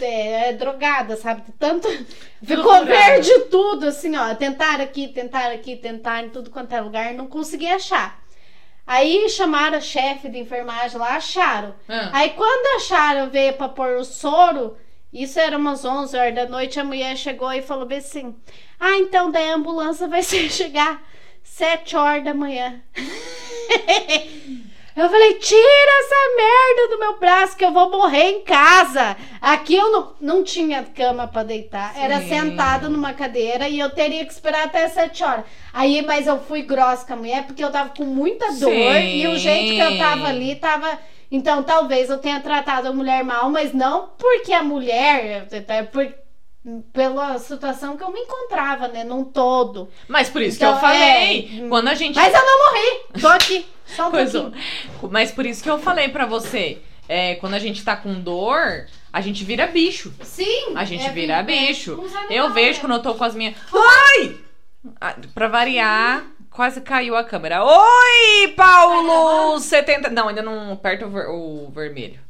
Speaker 2: é, é, drogada, sabe? De Tanto. Ficou
Speaker 1: Torturada.
Speaker 2: verde tudo, assim, ó. Tentaram aqui, tentaram aqui, tentaram em tudo quanto é lugar, não consegui achar. Aí chamaram a chefe de enfermagem lá, acharam.
Speaker 1: Ah.
Speaker 2: Aí quando acharam, veio pra pôr o soro, isso era umas 11 horas da noite, a mulher chegou e falou bem assim, ah, então daí a ambulância vai ser- chegar 7 horas da manhã. Eu falei, tira essa merda do meu braço que eu vou morrer em casa. Aqui eu não, não tinha cama pra deitar. Era
Speaker 1: Sim.
Speaker 2: sentada numa cadeira e eu teria que esperar até 7 horas. Aí, mas eu fui grossa com a mulher porque eu tava com muita dor
Speaker 1: Sim.
Speaker 2: e o jeito que eu tava ali tava. Então, talvez eu tenha tratado a mulher mal, mas não porque a mulher, é por- pela situação que eu me encontrava, né? Num todo.
Speaker 1: Mas por isso que eu
Speaker 2: Então,
Speaker 1: falei. Quando a gente.
Speaker 2: Mas eu não morri! Tô aqui, só um
Speaker 1: Coisa.
Speaker 2: pouquinho.
Speaker 1: Mas por isso que eu falei pra você. É, quando a gente tá com dor, a gente vira bicho.
Speaker 2: Sim!
Speaker 1: A gente
Speaker 2: é
Speaker 1: vira
Speaker 2: bem-
Speaker 1: bicho.
Speaker 2: não sai do
Speaker 1: Eu
Speaker 2: lugar,
Speaker 1: vejo
Speaker 2: né?
Speaker 1: quando eu tô com as minhas. Ai! Ah, Pra variar, quase caiu a câmera. Oi, Paulo! 70. Não, ainda não aperta o, ver- o vermelho.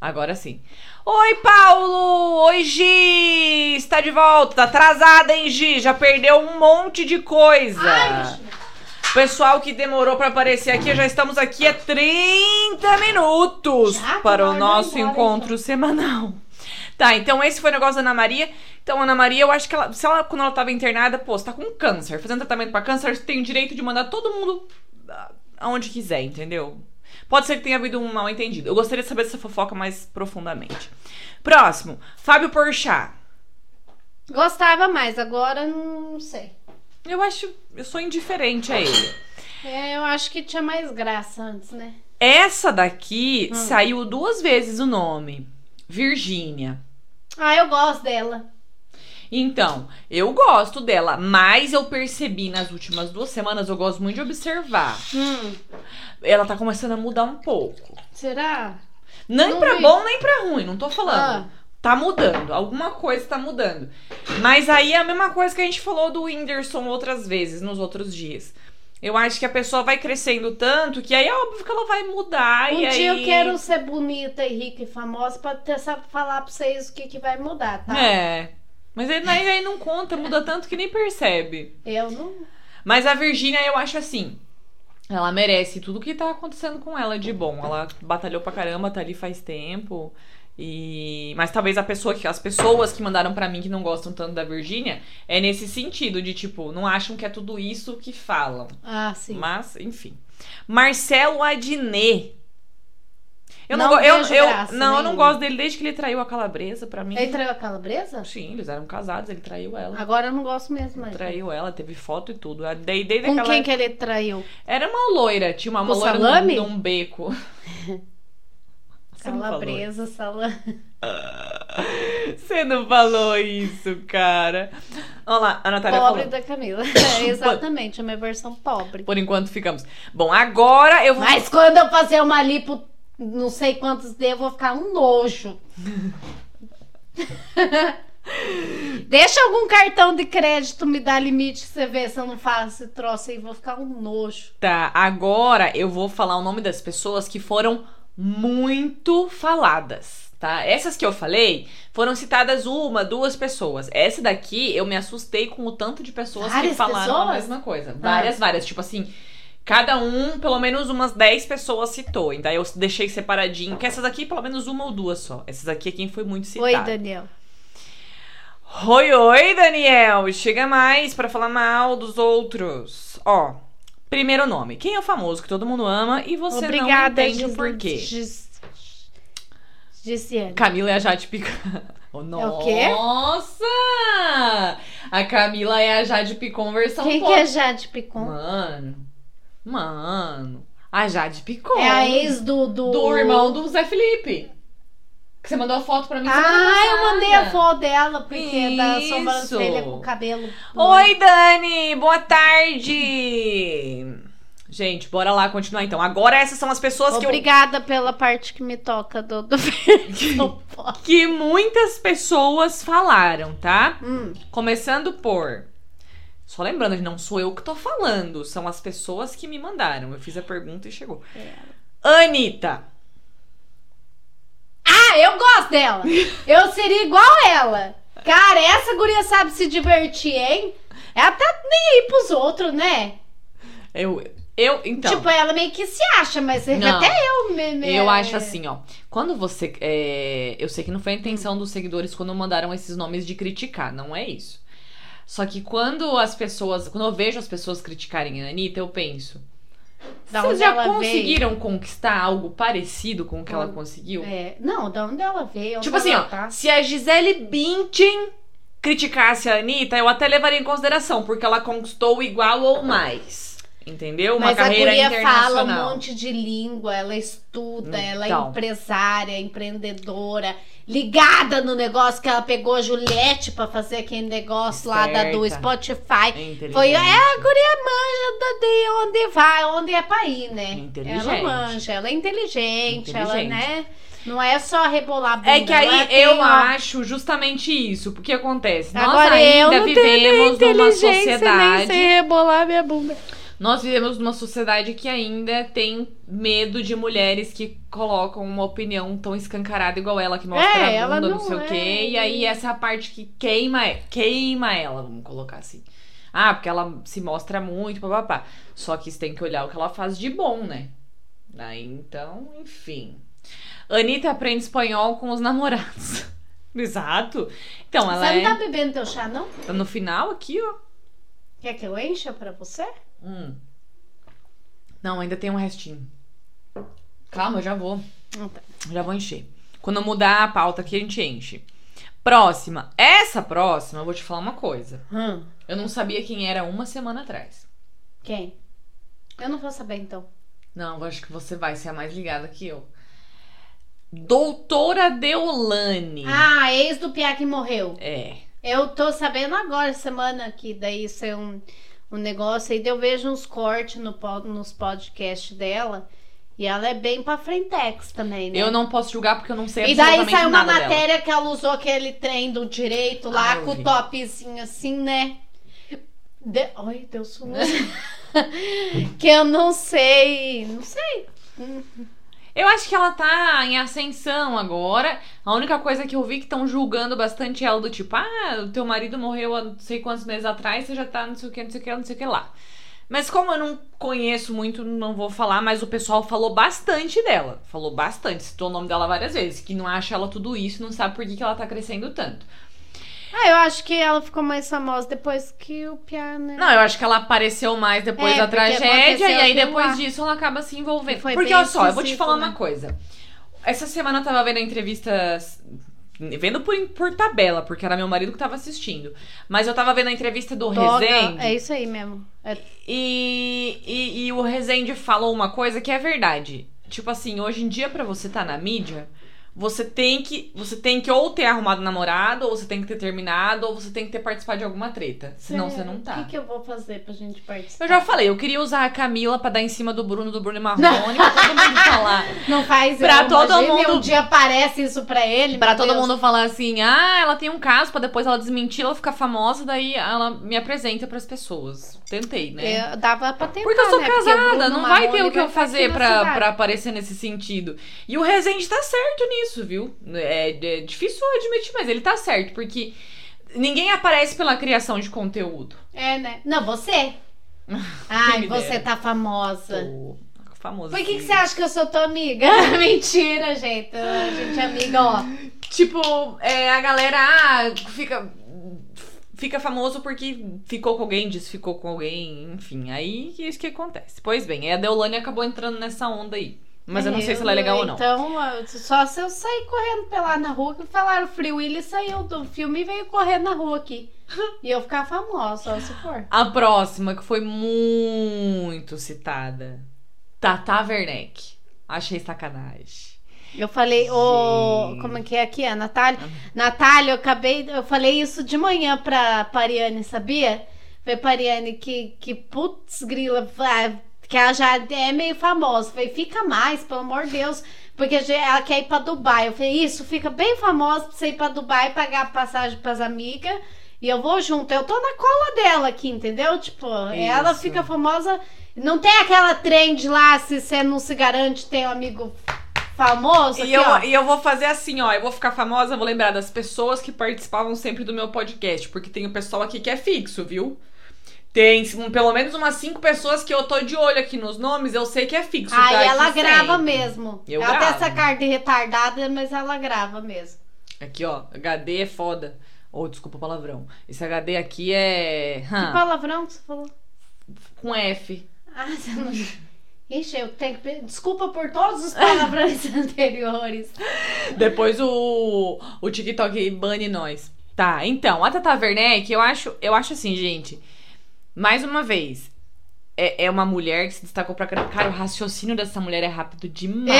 Speaker 1: Agora sim. Oi, Paulo! Oi, Gi! Está de volta. Tá atrasada, hein, Gi? Já perdeu um monte de coisa.
Speaker 2: Ai, bicho.
Speaker 1: Pessoal que demorou pra aparecer aqui, já estamos aqui há 30 minutos
Speaker 2: Já?
Speaker 1: para o
Speaker 2: Não,
Speaker 1: nosso
Speaker 2: não, não,
Speaker 1: encontro semanal. Tá, então esse foi o negócio da Ana Maria. Então, a Ana Maria, eu acho que ela, se ela, quando ela tava internada, pô, você tá com câncer, fazendo tratamento pra câncer, você tem o direito de mandar todo mundo ah, aonde quiser, entendeu? Pode ser que tenha havido um mal entendido. Eu gostaria de saber essa fofoca mais profundamente. Próximo, Fábio Porchat.
Speaker 2: Gostava mais, agora não sei.
Speaker 1: Eu acho, eu sou indiferente a ele.
Speaker 2: É, eu acho que tinha mais graça antes, né?
Speaker 1: Essa
Speaker 2: Hum.
Speaker 1: daqui saiu duas vezes o nome. Virgínia.
Speaker 2: Ah, eu gosto dela.
Speaker 1: Então, eu gosto dela, mas eu percebi nas últimas duas semanas, eu gosto muito de observar.
Speaker 2: Hum,
Speaker 1: Ela tá começando a mudar um pouco.
Speaker 2: será? Ah,
Speaker 1: Nem
Speaker 2: Não
Speaker 1: pra
Speaker 2: vi.
Speaker 1: bom, nem pra ruim, não tô falando. Tá mudando, alguma coisa tá mudando. Mas aí é a mesma coisa que a gente falou do Whindersson outras vezes, nos outros dias. Eu acho que a pessoa vai crescendo tanto que aí é óbvio que ela vai mudar.
Speaker 2: um
Speaker 1: e
Speaker 2: dia
Speaker 1: aí... É.
Speaker 2: eu quero ser bonita e rica e famosa pra ter, sabe, falar pra vocês o que, que vai mudar, tá?
Speaker 1: É. Mas aí, aí aí não conta, muda tanto que nem percebe.
Speaker 2: Eu não.
Speaker 1: Mas a Virgínia, eu acho assim. Ela merece tudo que tá acontecendo com ela de bom. Ela batalhou pra caramba, tá ali faz tempo. E mas talvez a pessoa que as pessoas que mandaram pra mim que não gostam tanto da Virgínia é nesse sentido de tipo, não acham que é tudo isso que falam.
Speaker 2: Ah, sim.
Speaker 1: Mas, enfim. Marcelo Adnet. Eu não,
Speaker 2: Não
Speaker 1: go- eu,
Speaker 2: vejo
Speaker 1: eu-
Speaker 2: graça
Speaker 1: não, eu não
Speaker 2: nenhuma.
Speaker 1: gosto dele desde que ele traiu a calabresa pra mim.
Speaker 2: Ele traiu a calabresa?
Speaker 1: Sim, eles eram casados, ele traiu ela.
Speaker 2: Agora eu não gosto mesmo. mas-
Speaker 1: Traiu ela, teve foto e tudo. A- Daí, desde
Speaker 2: Com
Speaker 1: aquela...
Speaker 2: quem que ele traiu?
Speaker 1: Era uma loira, tinha uma,
Speaker 2: Com
Speaker 1: uma loira num-
Speaker 2: salame?
Speaker 1: num beco. Você não falou.
Speaker 2: Calabresa, salame.
Speaker 1: Você não falou isso, cara. Olha lá, a Natália
Speaker 2: Pobre
Speaker 1: falou.
Speaker 2: da Camila. É, exatamente, a minha versão pobre.
Speaker 1: Por enquanto ficamos. Bom, agora eu vou.
Speaker 2: Mas quando eu fazer uma lipo, não sei quantos dias, eu vou ficar um nojo. Deixa algum cartão de crédito me dar limite, você vê se eu não faço esse troço aí, vou ficar um nojo.
Speaker 1: Tá, agora eu vou falar o nome das pessoas que foram muito faladas, tá? Essas que eu falei foram citadas uma, duas pessoas. Essa daqui eu me assustei com o tanto de pessoas que
Speaker 2: Várias
Speaker 1: falaram a
Speaker 2: pessoas? Ah.
Speaker 1: mesma coisa. Várias, várias. Tipo assim, cada um, pelo menos umas 10 pessoas citou. Então eu deixei separadinho, que essas aqui, pelo menos uma ou duas só. Essas aqui é quem foi muito
Speaker 2: Oi,
Speaker 1: citada.
Speaker 2: Daniel.
Speaker 1: Oi, oi, Daniel! Chega mais pra falar mal dos outros. Ó, primeiro nome. Quem é o famoso que todo mundo ama e você
Speaker 2: Obrigada,
Speaker 1: não entende o
Speaker 2: Gis-
Speaker 1: porquê?
Speaker 2: Gis- Gisiane.
Speaker 1: Camila é a Jade Picon. Oh,
Speaker 2: É quê?
Speaker 1: Nossa! A Camila é a Jade Picon versão
Speaker 2: Quem
Speaker 1: pop.
Speaker 2: que é Jade Picon?
Speaker 1: Mano. Mano. A Jade Picon.
Speaker 2: É a ex do. Do,
Speaker 1: Do irmão do Zé Felipe. Que você mandou a foto pra mim. semana
Speaker 2: Ah, eu
Speaker 1: passada.
Speaker 2: mandei a foto dela, porque é da
Speaker 1: Isso.
Speaker 2: sobrancelha com o cabelo.
Speaker 1: Oi, Dani! Boa tarde! Gente, bora lá continuar então. Agora essas são as pessoas que eu
Speaker 2: Obrigada pela parte que me toca do. do...
Speaker 1: que muitas pessoas falaram, tá?
Speaker 2: Hum.
Speaker 1: Começando por. Só lembrando, não sou eu que tô falando, são as pessoas que me mandaram. Eu fiz a pergunta e chegou. Anitta!
Speaker 2: Ah, eu gosto dela. Eu seria igual ela. Cara, essa guria sabe se divertir, hein? Ela tá nem aí pros outros, né?
Speaker 1: Eu. Eu, então.
Speaker 2: Tipo, ela meio que se acha, mas
Speaker 1: Não.
Speaker 2: até eu mesmo.
Speaker 1: Eu acho assim, ó. Quando você. é, eu sei que não foi a intenção dos seguidores quando mandaram esses nomes de criticar, não é isso. Só que quando as pessoas. Quando eu vejo as pessoas criticarem a Anitta, eu penso.
Speaker 2: Da
Speaker 1: Vocês
Speaker 2: onde
Speaker 1: já
Speaker 2: ela veio?"
Speaker 1: conseguiram conquistar algo parecido com o que ela
Speaker 2: Hum.
Speaker 1: conseguiu?
Speaker 2: É, não, da onde ela veio?
Speaker 1: Tipo
Speaker 2: onde
Speaker 1: assim,
Speaker 2: ela
Speaker 1: ó,
Speaker 2: tá.
Speaker 1: se a Gisele Bündchen criticasse a Anitta, eu até levaria em consideração, porque ela conquistou igual ou mais. Entendeu? Uma
Speaker 2: Mas a
Speaker 1: carreira
Speaker 2: guria fala
Speaker 1: internacional.
Speaker 2: um monte de língua, ela estuda, ela é
Speaker 1: Então.
Speaker 2: empresária, empreendedora, ligada no negócio que ela pegou a Juliette pra fazer aquele negócio lá da, do
Speaker 1: Certa.
Speaker 2: Spotify.
Speaker 1: É inteligente.
Speaker 2: Foi, é, a guria manja da- de onde vai, onde é pra ir, né?
Speaker 1: Inteligente.
Speaker 2: Ela manja, ela é inteligente, ela,
Speaker 1: Inteligente.
Speaker 2: né? Não é só rebolar a bunda.
Speaker 1: É que
Speaker 2: ela
Speaker 1: aí
Speaker 2: tem
Speaker 1: eu
Speaker 2: uma-
Speaker 1: acho justamente isso, porque acontece. nós
Speaker 2: Agora eu
Speaker 1: ainda
Speaker 2: não
Speaker 1: vivemos
Speaker 2: tenho
Speaker 1: numa
Speaker 2: inteligência, nem
Speaker 1: sociedade.
Speaker 2: sei rebolar minha bunda.
Speaker 1: Nós vivemos numa sociedade que ainda tem medo de mulheres que colocam uma opinião tão escancarada igual ela, que mostra
Speaker 2: É,
Speaker 1: a
Speaker 2: ela
Speaker 1: bunda, não,
Speaker 2: não
Speaker 1: sei
Speaker 2: é.
Speaker 1: o quê. E aí essa é a parte que queima, queima ela, vamos colocar assim. Ah, porque ela se mostra muito, papapá. Só que você tem que olhar o que ela faz de bom, né? Aí, então, enfim. Anitta aprende espanhol com os namorados. Exato. Então, ela
Speaker 2: você
Speaker 1: é...
Speaker 2: não tá bebendo teu chá, não?
Speaker 1: tá no final aqui, ó.
Speaker 2: Quer que eu encha pra você?
Speaker 1: Hum. Não, ainda tem um restinho. Calma, eu já vou.
Speaker 2: Não tá.
Speaker 1: Já vou encher. Quando eu mudar a pauta aqui, a gente enche. Próxima. Essa próxima, eu vou te falar uma coisa.
Speaker 2: Hum.
Speaker 1: Eu não sabia quem era uma semana atrás.
Speaker 2: Quem? Eu não vou saber então.
Speaker 1: Não, eu acho que você vai ser a mais ligada que eu. Doutora Deolane.
Speaker 2: Ah, ex do Piá que morreu.
Speaker 1: É.
Speaker 2: Eu tô sabendo agora, semana que daí isso é um, um negócio. Aí daí eu vejo uns cortes no, pod- nos podcasts dela. E ela é bem pra frentex também, né?
Speaker 1: Eu não posso julgar porque eu não sei
Speaker 2: E daí
Speaker 1: absolutamente
Speaker 2: saiu uma
Speaker 1: nada dela.
Speaker 2: matéria que ela usou aquele trem do direito lá
Speaker 1: Ah, eu
Speaker 2: com o
Speaker 1: vi.
Speaker 2: topzinho assim, né? De... Ai, deu sumo. que eu não sei. Não sei.
Speaker 1: Eu acho que ela tá em ascensão agora. A única coisa que eu vi que estão julgando bastante ela do tipo, ah, o teu marido morreu há não sei quantos meses atrás, você já tá não sei o que, não sei o que, não sei o que lá. Mas como eu não conheço muito, não vou falar, mas o pessoal falou bastante dela. Falou bastante, citou o nome dela várias vezes, que não acha ela tudo isso, não sabe por que, que ela tá crescendo tanto.
Speaker 2: Ah, eu acho que ela ficou mais famosa depois que o Piá, né?
Speaker 1: Não, eu acho que ela apareceu mais depois
Speaker 2: É,
Speaker 1: da
Speaker 2: porque
Speaker 1: tragédia
Speaker 2: aconteceu
Speaker 1: e aí
Speaker 2: aquilo
Speaker 1: depois
Speaker 2: lá.
Speaker 1: disso ela acaba se envolvendo.
Speaker 2: Foi
Speaker 1: porque
Speaker 2: bem
Speaker 1: olha só, eu vou te
Speaker 2: esquisito,
Speaker 1: falar
Speaker 2: né?
Speaker 1: uma coisa. Essa semana eu tava vendo entrevistas vendo por, por tabela, porque era meu marido que tava assistindo. Mas eu tava vendo a entrevista do
Speaker 2: Toga,
Speaker 1: Rezende
Speaker 2: É isso aí mesmo. É-
Speaker 1: e, e, e o Rezende falou uma coisa que é verdade. Tipo assim, hoje em dia pra você tá na mídia, você tem que você tem que ou ter arrumado namorado, ou você tem que ter terminado, ou você tem que ter participado de alguma treta, senão você não tá.
Speaker 2: O que, que eu vou fazer pra gente participar?
Speaker 1: Eu já falei, eu queria usar a Camila pra dar em cima do Bruno, do Bruno e Marrone, pra todo mundo falar.
Speaker 2: Não faz
Speaker 1: Pra
Speaker 2: eu
Speaker 1: todo
Speaker 2: imagino,
Speaker 1: mundo-
Speaker 2: e Um dia aparece isso pra ele.
Speaker 1: Pra
Speaker 2: meu
Speaker 1: todo
Speaker 2: Deus.
Speaker 1: mundo falar assim, ah, ela tem um caso, pra depois ela desmentir, ela ficar famosa, daí ela me apresenta pras pessoas. Tentei, né?
Speaker 2: Eu dava pra tentar,
Speaker 1: Porque eu sou
Speaker 2: né? o
Speaker 1: casada,
Speaker 2: Bruno
Speaker 1: não vai ter
Speaker 2: Marrone
Speaker 1: o que eu
Speaker 2: vai tá aqui
Speaker 1: fazer
Speaker 2: na
Speaker 1: pra,
Speaker 2: cidade.
Speaker 1: pra aparecer nesse sentido. E o Rezende tá certo nisso, viu? É, é difícil admitir, mas ele tá certo, porque ninguém aparece pela criação de conteúdo.
Speaker 2: É, né? Não, você. Ai,
Speaker 1: me
Speaker 2: você
Speaker 1: dera.
Speaker 2: tá famosa.
Speaker 1: Tô famoso.
Speaker 2: Por que, que
Speaker 1: assim.
Speaker 2: você acha que eu sou tua amiga? Mentira, gente. A gente é amiga, ó.
Speaker 1: Tipo, é, a galera ah, fica fica famoso porque ficou com alguém, desficou com alguém, enfim. Aí é isso que acontece. Pois bem, a Deolane acabou entrando nessa onda aí. Mas eu não sei se ela é legal ou não.
Speaker 2: Então, eu- só se eu sair correndo pelada na rua, que falaram, Free Willy saiu do filme e veio correndo na rua aqui. E eu ficar famosa, só se for.
Speaker 1: A próxima, que foi muito citada. Tata Werneck. Achei sacanagem.
Speaker 2: Eu falei, ô,
Speaker 1: Gente.
Speaker 2: como é que é aqui? A Natália? Natália, eu acabei, eu falei isso de manhã pra Pariane, sabia? Falei, Pariane, que, que putz grila, vai, que ela já é meio famosa. Falei, fica mais, pelo amor de Deus, porque a gente- ela quer ir pra Dubai. Eu falei, isso, fica bem famosa pra você ir pra Dubai, pagar a passagem pras amigas. E eu vou junto, eu tô na cola dela aqui, entendeu? Tipo, ela
Speaker 1: Isso.
Speaker 2: fica famosa. Não tem aquela trend lá, se você não se garante, tem um amigo famoso.
Speaker 1: E
Speaker 2: aqui,
Speaker 1: eu,
Speaker 2: ó.
Speaker 1: e eu vou fazer assim, ó. Eu vou ficar famosa, vou lembrar das pessoas que participavam sempre do meu podcast. Porque tem o pessoal aqui que é fixo, viu? Tem um- pelo menos umas cinco pessoas que eu tô de olho aqui nos nomes, eu sei que é fixo.
Speaker 2: Aí
Speaker 1: tá aqui
Speaker 2: ela grava
Speaker 1: sempre.
Speaker 2: mesmo.
Speaker 1: Eu
Speaker 2: ela tem
Speaker 1: gravo.
Speaker 2: essa cara de retardada, mas ela grava mesmo.
Speaker 1: Aqui, ó. HD é foda. Ou, desculpa o palavrão. Esse HD aqui é.
Speaker 2: Que
Speaker 1: hã,
Speaker 2: palavrão que você falou?
Speaker 1: com F.
Speaker 2: Ah, você não. Ixi, eu tenho que. pe- Desculpa por todos os palavrões anteriores.
Speaker 1: Depois o, o TikTok bane nós. Tá, então, a Tata Werneck, eu acho, eu acho assim, gente. Mais uma vez, é, é uma mulher que se destacou pra caramba. Cara, o raciocínio dessa mulher é rápido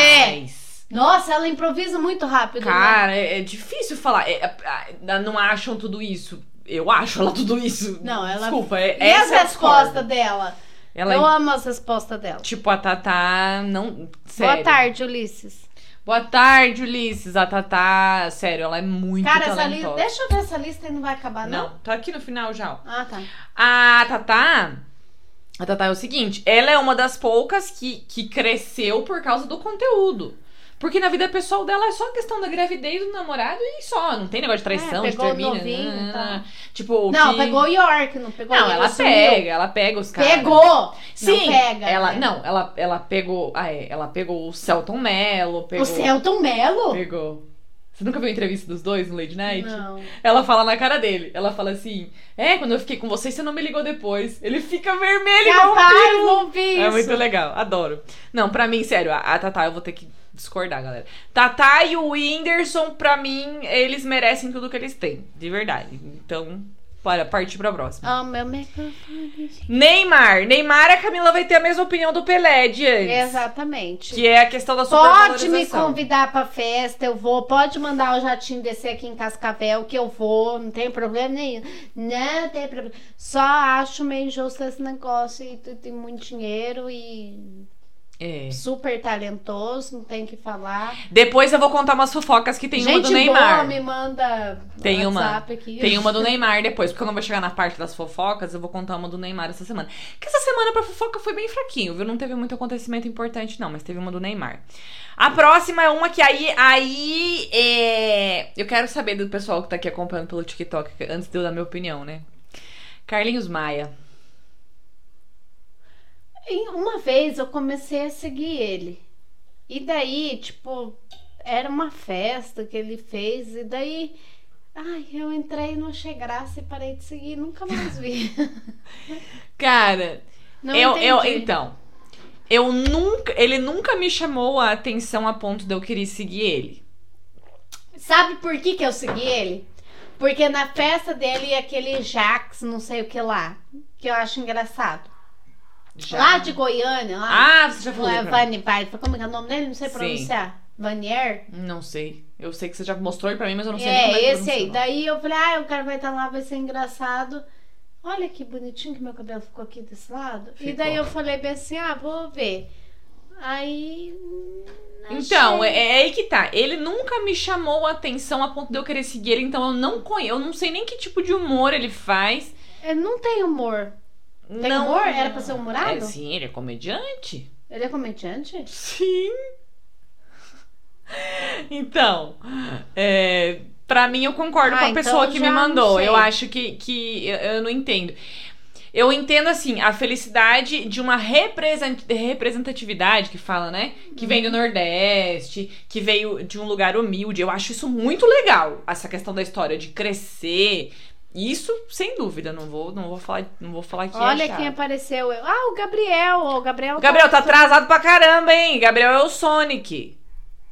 Speaker 1: demais.
Speaker 2: Nossa, ela improvisa muito rápido. né?
Speaker 1: Cara, é, é difícil falar. É, é, é, não acham tudo isso. Eu acho ela tudo isso.
Speaker 2: Não, ela-
Speaker 1: Desculpa, é,
Speaker 2: E as
Speaker 1: essa eu discordo.
Speaker 2: respostas dela?
Speaker 1: Ela, é,
Speaker 2: Eu amo as respostas dela.
Speaker 1: tipo, a Tata. Não. Sério.
Speaker 2: Boa tarde, Ulisses.
Speaker 1: Boa tarde, Ulisses. A Tata. Sério, ela é muito
Speaker 2: Cara, essa
Speaker 1: talentosa.
Speaker 2: lista. Deixa eu ver essa lista e não vai acabar, não?
Speaker 1: Não, tá aqui no final já, ó.
Speaker 2: Ah, tá.
Speaker 1: A Tatá. A Tatá é o seguinte: ela é uma das poucas que, que cresceu por causa do conteúdo. Porque na vida pessoal dela é só a questão da gravidez do namorado e só. Não tem negócio de traição,
Speaker 2: É,
Speaker 1: de
Speaker 2: pegou o
Speaker 1: termina.
Speaker 2: novinho e tal.
Speaker 1: né? Tipo,
Speaker 2: Não,
Speaker 1: que-
Speaker 2: pegou o York, não pegou
Speaker 1: Não,
Speaker 2: ele,
Speaker 1: ela
Speaker 2: sumiu.
Speaker 1: pega, ela pega os caras.
Speaker 2: Pegou!
Speaker 1: Sim,
Speaker 2: Não pega.
Speaker 1: ela
Speaker 2: né?
Speaker 1: não, ela ela pegou, ah é, ela pegou o Celton Mello, pegou
Speaker 2: é O Celton Mello?
Speaker 1: pegou. Você nunca viu a entrevista dos dois no Lady Night?
Speaker 2: Não.
Speaker 1: Ela fala na cara dele. Ela fala assim: É, quando eu fiquei com você, você não me ligou depois. Ele fica vermelho igual um
Speaker 2: É Capaz,
Speaker 1: peru.
Speaker 2: não vi isso.
Speaker 1: É muito legal, adoro. Não, pra mim, sério, a, a Tatá, eu vou ter que discordar, galera. Tatá e o Whindersson, pra mim, eles merecem tudo que eles têm, de verdade. Então, para, partir pra próxima.
Speaker 2: Ah, meu microfone.
Speaker 1: Neymar. Neymar, a Camila vai ter a mesma opinião do Pelé de antes.
Speaker 2: Exatamente.
Speaker 1: Que é a questão da
Speaker 2: Pode me
Speaker 1: supervalorização.
Speaker 2: convidar pra festa, eu vou. Pode mandar o jatinho descer aqui em Cascavel, que eu vou. Não tem problema nenhum. Não tem problema. Só acho meio injusto esse negócio. E tu tem muito dinheiro e
Speaker 1: É.
Speaker 2: super talentoso, não tem o que falar.
Speaker 1: Depois eu vou contar umas fofocas que tem uma
Speaker 2: Gente
Speaker 1: do Neymar.
Speaker 2: boa, me manda
Speaker 1: Tem uma.
Speaker 2: WhatsApp aqui.
Speaker 1: Tem uma do Neymar depois, porque eu não vou chegar na parte das fofocas, eu vou contar uma do Neymar essa semana. Que essa semana pra fofoca foi bem fraquinho, viu? Não teve muito acontecimento importante, não, mas teve uma do Neymar. A próxima é uma que aí. aí é... Eu quero saber do pessoal que tá aqui acompanhando pelo TikTok, antes de eu dar minha opinião, né? Carlinhos Maia.
Speaker 2: E Uma vez eu comecei a seguir ele. E daí, tipo, era uma festa que ele fez. E daí, ai, eu entrei no Achei Graça e parei de seguir. Nunca mais vi.
Speaker 1: Cara,
Speaker 2: Não
Speaker 1: eu, eu.
Speaker 2: entendi.
Speaker 1: Então. Eu nunca. Ele nunca me chamou a atenção a ponto de eu querer seguir ele.
Speaker 2: Sabe por que, que eu segui ele? Porque na festa dele ia aquele Jax, não sei o que lá. Que eu acho engraçado. Lá de Goiânia, lá.
Speaker 1: Ah, você já falou.
Speaker 2: não é
Speaker 1: dele pra mim.
Speaker 2: Vani Vai. Como é que é o nome dele? Não sei
Speaker 1: Sim.
Speaker 2: pronunciar. Vanier?
Speaker 1: Não sei. Eu sei que você já mostrou ele pra mim, mas eu não sei nem como
Speaker 2: É,
Speaker 1: que
Speaker 2: esse aí.
Speaker 1: pronuncia o nome.
Speaker 2: Daí eu falei, ah, o cara vai estar lá, vai ser engraçado. Olha que bonitinho que meu cabelo ficou aqui desse lado. E
Speaker 1: Ficou.
Speaker 2: daí eu falei bem assim, ah, vou ver. Aí. hum,
Speaker 1: Então, é,
Speaker 2: achei.
Speaker 1: é aí que tá. Ele nunca me chamou a atenção a ponto de eu querer seguir ele, então eu não conheço. Eu não sei nem que tipo de humor ele faz.
Speaker 2: É, Não tem humor. Tem
Speaker 1: não...
Speaker 2: humor? Era pra ser humorado?
Speaker 1: É, sim, ele é comediante.
Speaker 2: Ele é comediante?
Speaker 1: Sim. Então, é, pra mim eu concordo
Speaker 2: Ah,
Speaker 1: com a
Speaker 2: então
Speaker 1: pessoa
Speaker 2: eu
Speaker 1: que
Speaker 2: já
Speaker 1: me
Speaker 2: não
Speaker 1: mandou.
Speaker 2: sei.
Speaker 1: Eu acho que, que eu, eu não entendo. Eu entendo, assim, a felicidade de uma represen- representatividade que fala, né? Que vem
Speaker 2: Uhum.
Speaker 1: do Nordeste, que veio de um lugar humilde. Eu acho isso muito legal, essa questão da história de crescer, Isso, sem dúvida, não vou, não vou falar, não vou falar que
Speaker 2: Olha
Speaker 1: é chato.
Speaker 2: quem apareceu. Eu- Ah, o Gabriel. ó, O Gabriel,
Speaker 1: O Gabriel tá atrasado pra caramba, hein? Gabriel é o Sonic.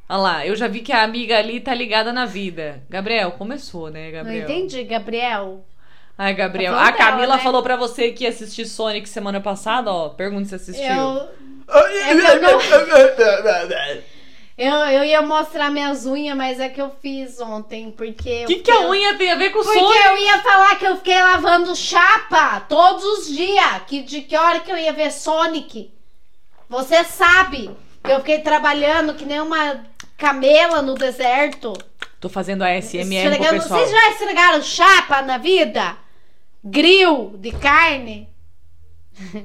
Speaker 1: Olha lá, eu já vi que a amiga ali tá ligada na vida. Gabriel, começou, né,
Speaker 2: Não
Speaker 1: Gabriel?
Speaker 2: entendi, Gabriel.
Speaker 1: Ai, Gabriel.
Speaker 2: Tá
Speaker 1: a
Speaker 2: falando dela,
Speaker 1: Camila
Speaker 2: né?
Speaker 1: falou pra você que ia assistir Sonic semana passada, ó. Pergunta se assistiu.
Speaker 2: Eu, é eu não- eu, eu ia mostrar minhas unhas, mas é que eu fiz ontem, porque...
Speaker 1: O
Speaker 2: eu
Speaker 1: que, que
Speaker 2: fiquei-
Speaker 1: a unha tem a ver com o
Speaker 2: Porque
Speaker 1: Sonic?
Speaker 2: eu ia falar que eu fiquei lavando chapa todos os dias. Que de que hora que eu ia ver Sonic? Você sabe que eu fiquei trabalhando que nem uma camela no deserto.
Speaker 1: Tô fazendo a SMR pro
Speaker 2: Esfregando-
Speaker 1: pessoal.
Speaker 2: Vocês já estragaram chapa na vida? Grill de carne? É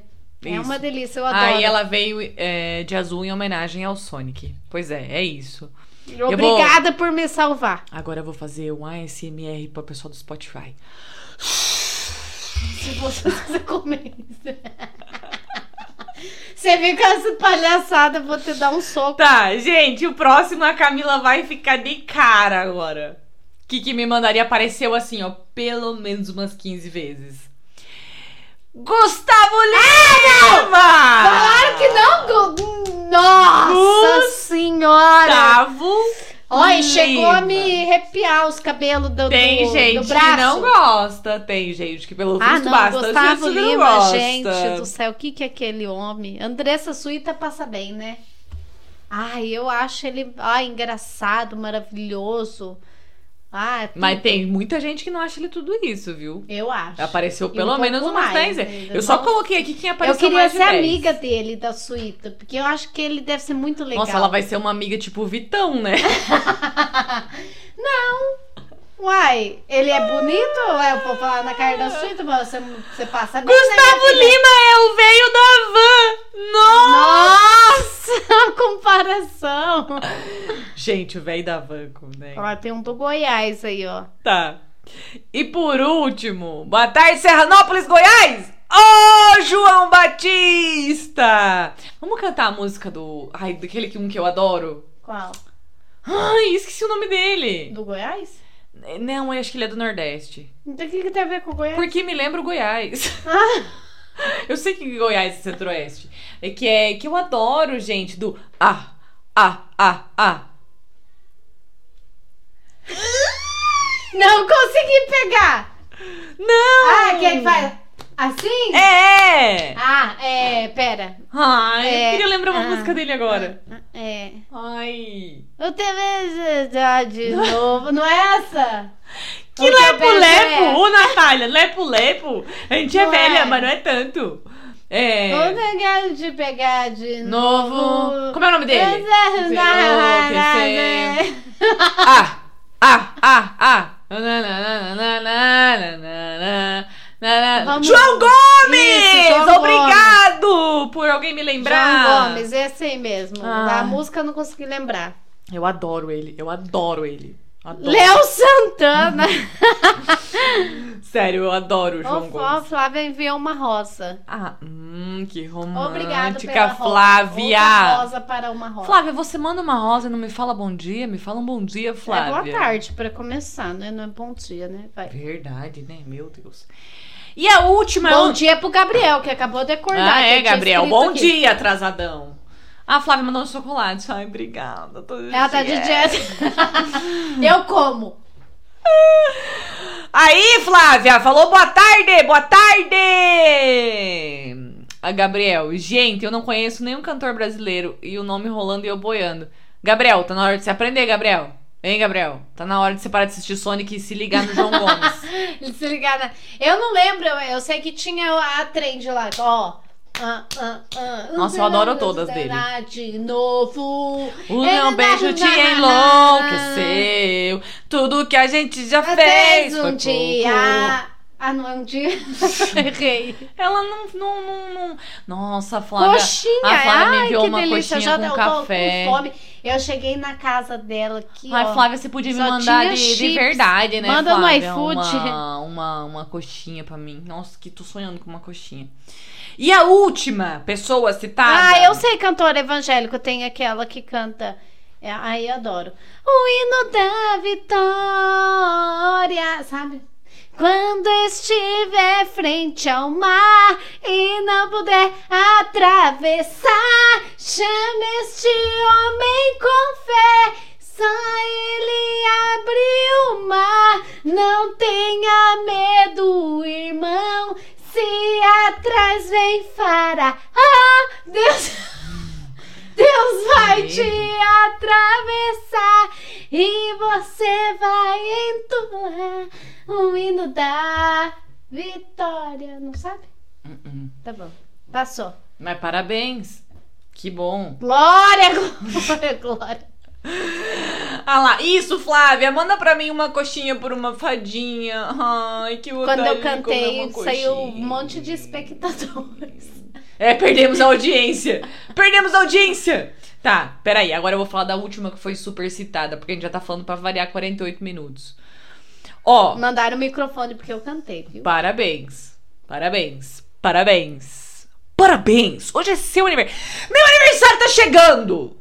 Speaker 1: É Isso.
Speaker 2: uma delícia, eu adoro.
Speaker 1: Aí ela veio é, de azul em homenagem ao Sonic. Pois é, é isso. vou-
Speaker 2: Obrigada por me salvar.
Speaker 1: Agora eu vou fazer um ASMR pro pessoal do Spotify.
Speaker 2: Se você quiser comer isso. Você vem com essa palhaçada, eu vou te dar um soco.
Speaker 1: Tá, gente, o próximo a Camila vai ficar de cara agora. Que que me mandaria apareceu assim, ó, pelo menos umas 15 vezes. Gustavo Lima!
Speaker 2: Claro que não! né? Gu- Nossa
Speaker 1: Nossa. Tá
Speaker 2: senhora!
Speaker 1: Gustavo
Speaker 2: Olha,
Speaker 1: Lima.
Speaker 2: chegou a me arrepiar os cabelos do,
Speaker 1: Tem
Speaker 2: do,
Speaker 1: gente
Speaker 2: do braço.
Speaker 1: que não gosta, tem gente que pelo
Speaker 2: Ah,
Speaker 1: visto
Speaker 2: não,
Speaker 1: basta.
Speaker 2: Gustavo
Speaker 1: gente que não
Speaker 2: Lima,
Speaker 1: gosta.
Speaker 2: gente do céu, o que, que é aquele homem? Andressa Suíta passa bem, né? Ai, eu acho ele ai, engraçado, maravilhoso. Ah, tudo.
Speaker 1: Mas tem muita gente que não acha ele tudo isso, viu?
Speaker 2: eu acho.
Speaker 1: Apareceu
Speaker 2: E um
Speaker 1: pelo
Speaker 2: pouco
Speaker 1: menos umas 10.
Speaker 2: mais, né?
Speaker 1: Eu só
Speaker 2: Nossa.
Speaker 1: coloquei aqui quem
Speaker 2: Eu
Speaker 1: apareceu
Speaker 2: queria
Speaker 1: mais de
Speaker 2: ser
Speaker 1: 10.
Speaker 2: amiga dele, da Suíta, porque eu acho que ele deve ser muito legal.
Speaker 1: Nossa, ela vai ser uma amiga tipo o Vitão, né?
Speaker 2: Uai, ele é bonito? Ué, eu vou falar na cara da Suíta, mas você, você passa bem.
Speaker 1: Gustavo
Speaker 2: né, minha filha?
Speaker 1: Lima é o veio da van! Nossa!
Speaker 2: Nossa, comparação.
Speaker 1: Gente, o velho da van, né?
Speaker 2: Ó, tem um do Goiás aí, ó.
Speaker 1: Tá. E por último, boa tarde, Serranópolis, Goiás! Ô, João Batista! Vamos cantar a música do. Ai, daquele que- um que eu adoro.
Speaker 2: Qual?
Speaker 1: Ai, esqueci o nome dele.
Speaker 2: Do Goiás?
Speaker 1: Não, eu acho que ele é do Nordeste.
Speaker 2: Então o que, que tem a ver com o Goiás?
Speaker 1: Porque me lembra o Goiás.
Speaker 2: Ah,
Speaker 1: Eu sei que Goiás é centro-oeste. É que é que eu adoro, gente, do ah, ah, ah, ah.
Speaker 2: não consegui pegar!
Speaker 1: Não!
Speaker 2: Ah, que ele faz assim?
Speaker 1: É!
Speaker 2: Ah, é, pera.
Speaker 1: Ai, eu
Speaker 2: É.
Speaker 1: queria lembrar uma
Speaker 2: Ah.
Speaker 1: música dele agora.
Speaker 2: É.
Speaker 1: Ah. Ai.
Speaker 2: Eu TV de novo. Não é essa?
Speaker 1: Que
Speaker 2: O teu beijo
Speaker 1: lepo-lepo!
Speaker 2: é-
Speaker 1: Ô, Natália, lepo-lepo! A gente é
Speaker 2: Não
Speaker 1: velha,
Speaker 2: é.
Speaker 1: mas não é tanto. É.
Speaker 2: Vou pegar de pegar de
Speaker 1: Novo.
Speaker 2: novo.
Speaker 1: Como é o nome dele? Enlouquecer.
Speaker 2: Enlouquecer.
Speaker 1: Ah! Ah, ah, ah! Nananana, nananana.
Speaker 2: Vamos-
Speaker 1: João Gomes!
Speaker 2: Isso, João
Speaker 1: Obrigado por alguém me lembrar.
Speaker 2: João Gomes, é assim mesmo.
Speaker 1: Ah.
Speaker 2: A música eu não consegui lembrar.
Speaker 1: Eu adoro ele, eu adoro ele. Adoro.
Speaker 2: Léo Santana.
Speaker 1: Sério, eu adoro o João
Speaker 2: Ó, ó,
Speaker 1: Gomes.
Speaker 2: Flávia enviou uma rosa.
Speaker 1: Ah, hum, que
Speaker 2: Obrigada
Speaker 1: romântica,
Speaker 2: pela rosa. Outra
Speaker 1: Flávia.
Speaker 2: rosa para uma rosa.
Speaker 1: Flávia, você manda uma rosa e não me fala bom dia? Me fala um bom dia,
Speaker 2: É
Speaker 1: Flávia.
Speaker 2: boa tarde para começar, né? Não é bom dia, né? Vai.
Speaker 1: Verdade, né? Meu Deus. E a última...
Speaker 2: Bom dia pro Gabriel, que acabou de acordar.
Speaker 1: Ah,
Speaker 2: que
Speaker 1: é,
Speaker 2: eu tinha
Speaker 1: Gabriel.
Speaker 2: escrito
Speaker 1: Bom
Speaker 2: aqui.
Speaker 1: dia, atrasadão. A Flávia mandou um chocolate. Ai, obrigada. tô de
Speaker 2: Ela tá de
Speaker 1: dieta.
Speaker 2: dieta. eu como.
Speaker 1: Aí, Flávia, falou boa tarde, boa tarde! A Gabriel, gente, eu não conheço nenhum cantor brasileiro e o nome rolando e eu boiando. Gabriel, tá na hora de você aprender, Gabriel. Hein, Gabriel? Tá na hora de você parar de assistir Sonic e se ligar no João Gomes.
Speaker 2: Se ligar na- tá Eu não lembro, eu- eu sei que tinha a trend lá, ó. Ah, ah, ah.
Speaker 1: Nossa, eu adoro todas dele.
Speaker 2: De novo.
Speaker 1: O meu beijo te enlouqueceu. Tudo que a gente já fez.
Speaker 2: Fez
Speaker 1: foi
Speaker 2: um
Speaker 1: pouco.
Speaker 2: dia. Ah, não é um dia. Errei.
Speaker 1: Ela não, não, não, não. Nossa, Flávia.
Speaker 2: Coxinha,
Speaker 1: a Flávia me
Speaker 2: ai,
Speaker 1: enviou
Speaker 2: que
Speaker 1: uma
Speaker 2: delícia.
Speaker 1: coxinha
Speaker 2: já
Speaker 1: com
Speaker 2: eu tô
Speaker 1: café.
Speaker 2: com fome. Eu cheguei na casa dela aqui,
Speaker 1: Ai,
Speaker 2: ó.
Speaker 1: Flávia, você podia me
Speaker 2: só
Speaker 1: mandar
Speaker 2: tinha
Speaker 1: de, de
Speaker 2: chips.
Speaker 1: verdade, né?
Speaker 2: Manda no
Speaker 1: Flávia?
Speaker 2: iFood.
Speaker 1: Uma, uma, uma coxinha pra mim. Nossa, que tô sonhando com uma coxinha. E a última pessoa citada.
Speaker 2: Ah, eu sei cantor evangélico, tem aquela que canta. É, ai, eu adoro. O hino da vitória, sabe? Quando estiver frente ao mar e não puder atravessar, chame este homem com fé. Só ele abriu o mar. Não tenha medo, irmão. Se atrás vem Faraó, Deus. Deus vai
Speaker 1: Medo.
Speaker 2: te atravessar e você vai entoar o hino da vitória. Não sabe?
Speaker 1: Uh-uh.
Speaker 2: Tá bom. Passou.
Speaker 1: Mas parabéns. Que bom.
Speaker 2: Glória, glória, glória.
Speaker 1: Ah lá, isso, Flávia. Manda pra mim uma coxinha por uma fadinha. Ai, que vontade
Speaker 2: Quando eu
Speaker 1: de comer
Speaker 2: cantei,
Speaker 1: uma
Speaker 2: saiu um
Speaker 1: coxinha.
Speaker 2: monte de espectadores.
Speaker 1: É, perdemos a audiência. perdemos a audiência. Tá, peraí. Agora eu vou falar da última que foi super citada, porque a gente já tá falando pra variar 48 minutos. Ó,
Speaker 2: Mandaram o microfone porque eu cantei, viu?
Speaker 1: parabéns. Parabéns. Parabéns. Parabéns. Hoje é seu aniversário. Meu aniversário tá chegando.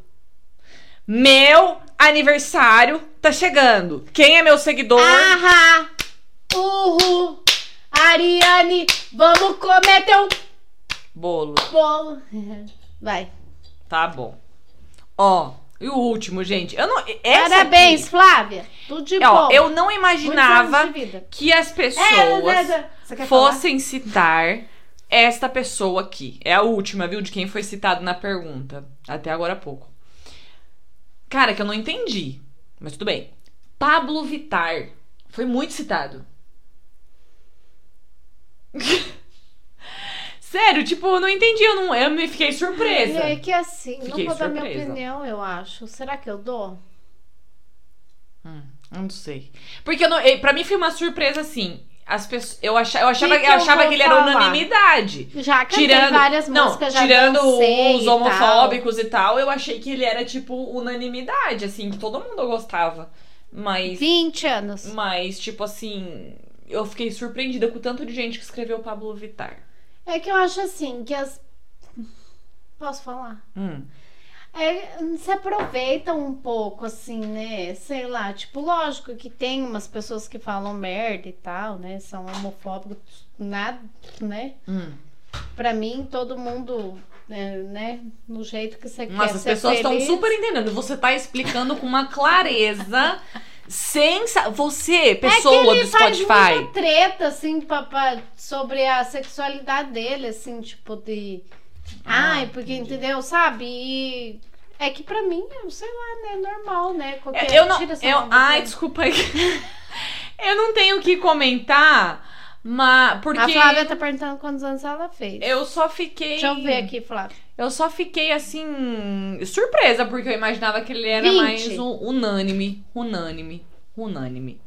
Speaker 1: Meu aniversário tá chegando. Quem é meu seguidor?
Speaker 2: Ah! Ahá! Uhul! Ariane, vamos comer teu
Speaker 1: Bolo.
Speaker 2: bolo. Vai.
Speaker 1: Tá bom. Ó, e o último, gente. Eu não. Essa
Speaker 2: Parabéns,
Speaker 1: aqui-
Speaker 2: Flávia. Tudo de
Speaker 1: ó,
Speaker 2: bom.
Speaker 1: eu não
Speaker 2: Muitos anos
Speaker 1: imaginava
Speaker 2: de vida.
Speaker 1: que as
Speaker 2: É,
Speaker 1: pessoas
Speaker 2: é, é. Você quer
Speaker 1: fossem citar esta pessoa aqui. É a última, viu, de quem foi citado na pergunta. Até agora há pouco. Cara, que eu não entendi. Mas tudo bem. Pablo Vitar foi muito citado. Sério, tipo, eu não entendi. Eu, não, eu me fiquei surpresa.
Speaker 2: falar? É que assim,
Speaker 1: Fiquei
Speaker 2: não vou dar minha
Speaker 1: surpresa.
Speaker 2: opinião, eu acho. Será que eu dou?
Speaker 1: Eu Não sei. Porque eu não, eh, pra mim foi uma surpresa assim. As pessoas, eu, acha, eu achava,
Speaker 2: Que que
Speaker 1: eu
Speaker 2: eu
Speaker 1: achava
Speaker 2: vou
Speaker 1: que ele era
Speaker 2: falar?
Speaker 1: unanimidade.
Speaker 2: Já cantei
Speaker 1: Tirando,
Speaker 2: várias
Speaker 1: não,
Speaker 2: músicas, já
Speaker 1: tirando
Speaker 2: dancei
Speaker 1: os
Speaker 2: e tal.
Speaker 1: homofóbicos e tal. eu achei que ele era tipo unanimidade, assim, que todo mundo gostava. Mas,
Speaker 2: 20 anos.
Speaker 1: mas tipo assim, eu fiquei surpreendida com o tanto de gente que escreveu Pablo Vittar.
Speaker 2: É que eu acho assim, que as. Posso falar?
Speaker 1: Hum.
Speaker 2: É, se aproveitam um pouco, assim, né? Sei lá, tipo, lógico que tem umas pessoas que falam merda e tal, né? São homofóbicos, nada, né?
Speaker 1: Hum.
Speaker 2: Pra mim, todo mundo, né? né? No jeito que você quer
Speaker 1: Nossa, as
Speaker 2: ser
Speaker 1: pessoas estão
Speaker 2: feliz.
Speaker 1: super entendendo. Você tá explicando com uma clareza sem sa- você, pessoa do
Speaker 2: É Faz
Speaker 1: Spotify.
Speaker 2: muita treta, assim, papá, sobre a sexualidade dele, assim, tipo, de.
Speaker 1: Ah,
Speaker 2: Ai, porque, entendeu? Sabe? E. É que pra mim, eu sei lá, né? Normal, né? Qualquer...
Speaker 1: É, Eu, eu não.
Speaker 2: tira essa né?
Speaker 1: Eu,
Speaker 2: maldade.
Speaker 1: ai, desculpa aí. Eu não tenho o que comentar, mas.
Speaker 2: A
Speaker 1: Porque
Speaker 2: Flávia tá perguntando quantos anos ela fez.
Speaker 1: eu só fiquei.
Speaker 2: Deixa eu ver aqui, Flávia.
Speaker 1: Eu só fiquei assim. surpresa, porque eu imaginava que ele era
Speaker 2: 20.
Speaker 1: mais um, unânime. Unânime. Unânime.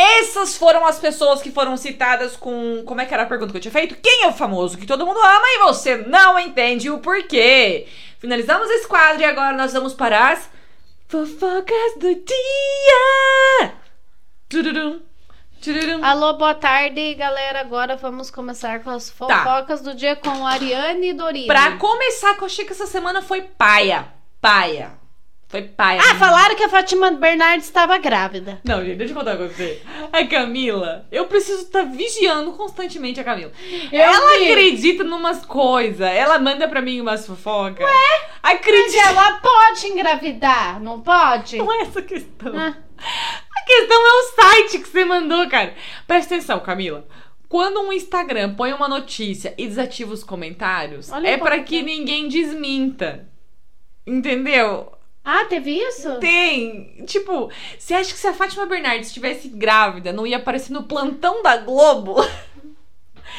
Speaker 1: Essas foram as pessoas que foram citadas com. Como é que era a pergunta que eu tinha feito? Quem é o famoso que todo mundo ama e você não entende o porquê? Finalizamos esse quadro e agora nós vamos para as fofocas do dia! Tururum, tururum.
Speaker 2: Alô, boa tarde, galera. Agora vamos começar com as fofocas do dia com Ariane e Dorine.
Speaker 1: Pra começar, que eu achei que essa semana foi paia. Paia. Foi paia.
Speaker 2: Ah, falaram que a Fátima Bernardes estava grávida.
Speaker 1: Não, gente, deixa eu contar pra você. A Camila, eu preciso estar vigiando constantemente a Camila. ela
Speaker 2: vi.
Speaker 1: acredita numas coisas. Ela manda pra mim umas fofocas. Ué? Acredita.
Speaker 2: Ela pode engravidar, não pode?
Speaker 1: Não é essa a questão.
Speaker 2: Ah.
Speaker 1: A questão é o site que você mandou, cara. Presta atenção, Camila. Quando um Instagram põe uma notícia e desativa os comentários,
Speaker 2: Olha
Speaker 1: é
Speaker 2: um
Speaker 1: pra
Speaker 2: pouco.
Speaker 1: que ninguém desminta. Entendeu?
Speaker 2: Ah, teve isso?
Speaker 1: Tem! Tipo, você acha que se a Fátima Bernardes estivesse grávida, não ia aparecer no plantão da Globo?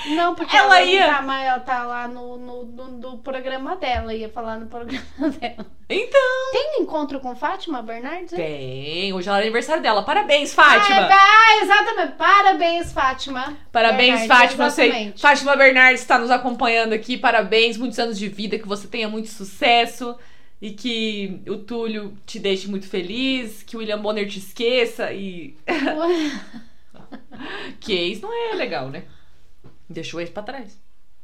Speaker 2: Não, porque
Speaker 1: Ela
Speaker 2: ela,
Speaker 1: ia-
Speaker 2: Não tá, mais- ela tá lá no, no, no- no programa dela, ia falar no programa dela.
Speaker 1: Então.
Speaker 2: Tem encontro com Fátima Bernardes?
Speaker 1: Tem, hoje é o aniversário dela. Parabéns,
Speaker 2: Ah,
Speaker 1: Fátima!
Speaker 2: é, ah, exatamente. Parabéns, Fátima.
Speaker 1: Parabéns,
Speaker 2: Bernardes,
Speaker 1: Fátima. Sei,
Speaker 2: exatamente.
Speaker 1: Fátima Bernardes está nos acompanhando aqui. Parabéns, muitos anos de vida, que você tenha muito sucesso e que o Túlio te deixe muito feliz, que o William Bonner te esqueça e que ex não é legal, né? Deixa o ex pra trás.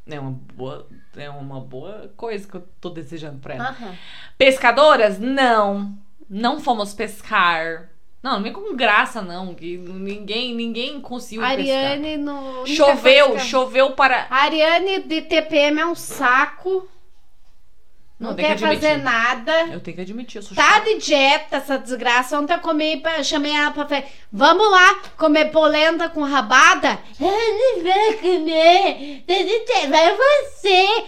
Speaker 1: É uma boa, é uma boa coisa que eu tô desejando pra ela.
Speaker 2: Aham.
Speaker 1: Pescadoras? Não. Não fomos pescar. Não, não vem com graça, não. Que ninguém, ninguém conseguiu pescar.
Speaker 2: Ariane no. única
Speaker 1: Choveu,
Speaker 2: coisa que-
Speaker 1: choveu para.
Speaker 2: A Ariane de TPM é um saco. Não,
Speaker 1: Não, tem
Speaker 2: quer
Speaker 1: que admitir.
Speaker 2: fazer nada.
Speaker 1: Eu tenho que admitir, eu sou
Speaker 2: Tá
Speaker 1: chata.
Speaker 2: de dieta essa desgraça. Ontem eu comi, pra- chamei ela pra fazer. Vamos lá comer polenta com rabada? Eu não vou comer. Vai você.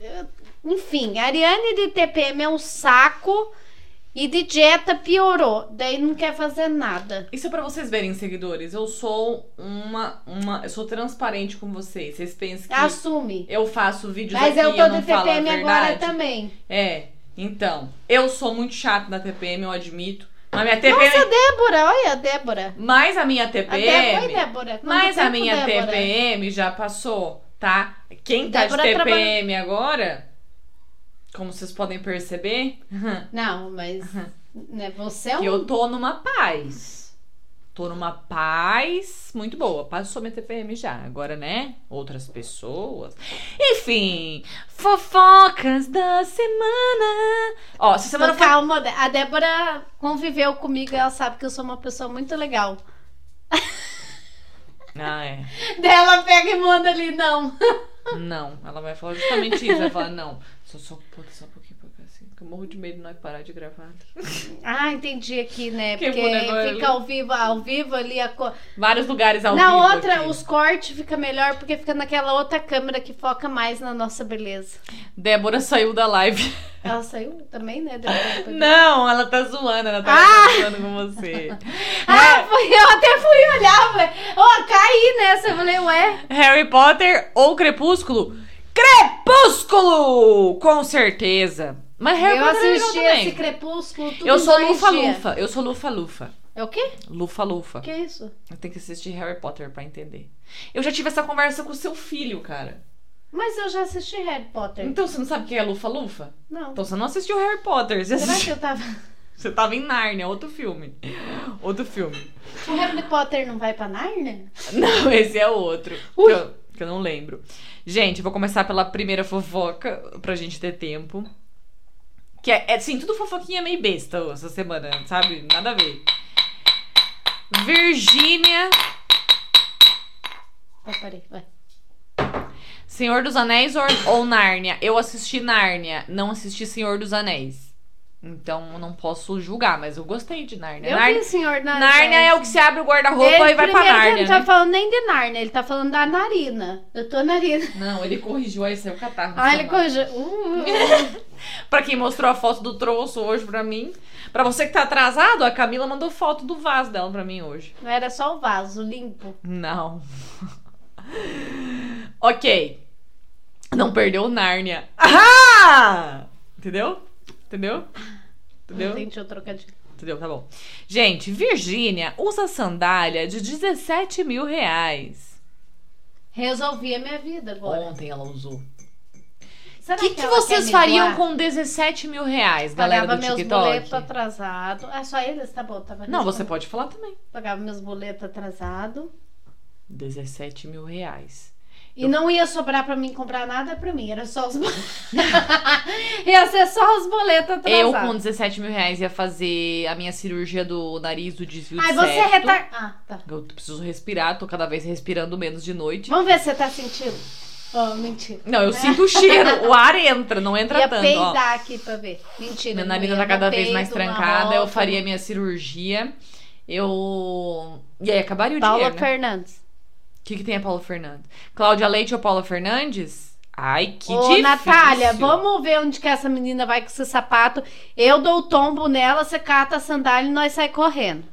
Speaker 2: Eu- Enfim, a Ariane de TPM é um saco. E de dieta piorou. Daí não quer fazer nada.
Speaker 1: Isso é pra vocês verem, seguidores. Eu sou uma. uma eu sou transparente com vocês. Vocês pensam que
Speaker 2: Assume.
Speaker 1: eu faço vídeos
Speaker 2: Mas
Speaker 1: aqui
Speaker 2: eu
Speaker 1: e
Speaker 2: tô
Speaker 1: eu não
Speaker 2: de
Speaker 1: falo a
Speaker 2: TPM agora
Speaker 1: verdade?
Speaker 2: também.
Speaker 1: É. Então, eu sou muito chata na TPM, eu admito. Mas minha TPM.
Speaker 2: Nossa, Débora, olha a Débora.
Speaker 1: Mas a minha
Speaker 2: A Débora, oi,
Speaker 1: TPM.
Speaker 2: Débora. Quanto
Speaker 1: Mas a
Speaker 2: tempo,
Speaker 1: minha
Speaker 2: Débora?
Speaker 1: TPM já passou, tá? Quem tá
Speaker 2: né? Débora
Speaker 1: de TPM agora, como vocês podem perceber,
Speaker 2: Não, mas né, você é um
Speaker 1: que eu tô numa paz. Tô numa paz muito boa. Passou minha TPM já. Agora, né? Outras pessoas. Enfim, fofocas da semana. Ó, essa semana
Speaker 2: Tô
Speaker 1: foi.
Speaker 2: calma, Dé- a Débora conviveu comigo, ela sabe que eu sou uma pessoa muito legal.
Speaker 1: Ah, é.
Speaker 2: Daí ela pega e manda ali, não.
Speaker 1: Não, ela vai falar justamente isso. Vai falar, não, só, só, puta, só um pouquinho, porque assim, que eu morro de medo de nós parar de gravar.
Speaker 2: Ah, entendi aqui, né?
Speaker 1: Quem
Speaker 2: Porque
Speaker 1: muda agora ali?
Speaker 2: fica ao vivo, ao vivo ali a co...
Speaker 1: Vários lugares ao
Speaker 2: Na
Speaker 1: vivo.
Speaker 2: outra,
Speaker 1: aqui.
Speaker 2: os cortes fica melhor porque fica naquela outra câmera que foca mais na nossa beleza.
Speaker 1: Débora saiu da live.
Speaker 2: Ela saiu também, né? Débora?
Speaker 1: Não, ela tá zoando, ela tá
Speaker 2: Ah!
Speaker 1: zoando com você.
Speaker 2: Ah, foi, eu até fui olhar, falei, ó, caí nessa. Eu falei, ué,
Speaker 1: Harry Potter ou Crepúsculo? Crepúsculo! Com certeza. Mas Harry
Speaker 2: eu
Speaker 1: Potter é legal
Speaker 2: assisti esse
Speaker 1: também.
Speaker 2: crepúsculo tudo
Speaker 1: Eu
Speaker 2: em
Speaker 1: sou
Speaker 2: dois dias.
Speaker 1: lufa-lufa. Eu sou lufa-lufa.
Speaker 2: É o quê?
Speaker 1: Lufa-lufa.
Speaker 2: O que é isso?
Speaker 1: Eu tenho que assistir Harry Potter pra entender. Eu já tive essa conversa com o seu filho, cara.
Speaker 2: Mas eu já assisti Harry Potter.
Speaker 1: Então você não sabe o que é lufa-lufa?
Speaker 2: Não.
Speaker 1: Então você não assistiu Harry Potter. Você,
Speaker 2: Será que
Speaker 1: assistiu...
Speaker 2: eu tava.
Speaker 1: você tava em Narnia, outro filme. Outro filme.
Speaker 2: O Harry Potter não vai pra Narnia?
Speaker 1: Não, esse é outro.
Speaker 2: Ui.
Speaker 1: Que eu, que eu não lembro. Gente, eu vou começar pela primeira fofoca, pra gente ter tempo. Que é, é, assim, tudo fofoquinha meio besta ó, essa semana, sabe? Nada a ver. Virgínia,
Speaker 2: Vai, parei, vai.
Speaker 1: Senhor dos Anéis or- ou Nárnia? Eu assisti Nárnia, não assisti Senhor dos Anéis. Então eu não posso julgar, mas eu gostei de Nárnia.
Speaker 2: Eu vi
Speaker 1: Nárnia,
Speaker 2: o senhor na.
Speaker 1: Nárnia é o que se abre o guarda-roupa e vai pra
Speaker 2: primeiro que Ele
Speaker 1: Nárnia.
Speaker 2: não tá
Speaker 1: né?
Speaker 2: falando nem de Narnia, ele tá falando da narina. Eu tô narina.
Speaker 1: Não, ele corrigiu, aí saiu o catarro.
Speaker 2: Ah, ele
Speaker 1: Samara.
Speaker 2: corrigiu. Uh,
Speaker 1: Pra quem mostrou a foto do troço hoje pra mim. Pra você que tá atrasado, a Camila mandou foto do vaso dela pra mim hoje.
Speaker 2: Não Uh, era só o vaso limpo.
Speaker 1: Não. ok. Não perdeu o Nárnia. Ah! Entendeu? Entendeu?
Speaker 2: Não
Speaker 1: Entendeu?
Speaker 2: Entendi o trocadilho.
Speaker 1: Entendeu? Tá bom. Gente, Virgínia usa sandália de 17 mil reais.
Speaker 2: Resolvi a minha vida agora.
Speaker 1: Ontem ela usou. O
Speaker 2: Será
Speaker 1: que, que
Speaker 2: ela quer
Speaker 1: vocês
Speaker 2: me
Speaker 1: fariam
Speaker 2: doar?
Speaker 1: com 17 mil reais, galera
Speaker 2: Pagava
Speaker 1: do
Speaker 2: meus
Speaker 1: TikTok?
Speaker 2: boletos atrasado. É só eles? Tá bom, tava
Speaker 1: Não,
Speaker 2: respondendo.
Speaker 1: você pode falar também.
Speaker 2: Pagava meus boletos atrasado.
Speaker 1: 17 mil reais.
Speaker 2: E
Speaker 1: Eu-
Speaker 2: não ia sobrar pra mim comprar nada pra mim, era só os boletos. ia ser só os boletos
Speaker 1: Eu,
Speaker 2: atrasados.
Speaker 1: com 17 mil reais, ia fazer a minha cirurgia do nariz, do desvio
Speaker 2: Aí
Speaker 1: do
Speaker 2: você
Speaker 1: septo.
Speaker 2: retar... Ah, tá.
Speaker 1: Eu preciso respirar, tô cada vez respirando menos de noite.
Speaker 2: Vamos ver se você tá sentindo. Oh, mentira.
Speaker 1: Não, eu sinto o cheiro, o ar entra, não entra
Speaker 2: ia
Speaker 1: tanto, ó.
Speaker 2: peidar aqui pra ver. Mentira.
Speaker 1: Minha
Speaker 2: não
Speaker 1: narina
Speaker 2: ia,
Speaker 1: tá cada
Speaker 2: no
Speaker 1: vez mais
Speaker 2: peito, na
Speaker 1: trancada, eu
Speaker 2: roça.
Speaker 1: faria minha cirurgia. Eu... E aí, acabaria o
Speaker 2: Paula
Speaker 1: dinheiro, né?
Speaker 2: Fernandes.
Speaker 1: O que, que tem a Paula Fernandes? Cláudia Leite ou Paula Fernandes? Ai, que
Speaker 2: Ô,
Speaker 1: difícil.
Speaker 2: Natália, vamos ver onde que essa menina vai com esse sapato. Eu dou o tombo nela, você cata a sandália e nós sai correndo.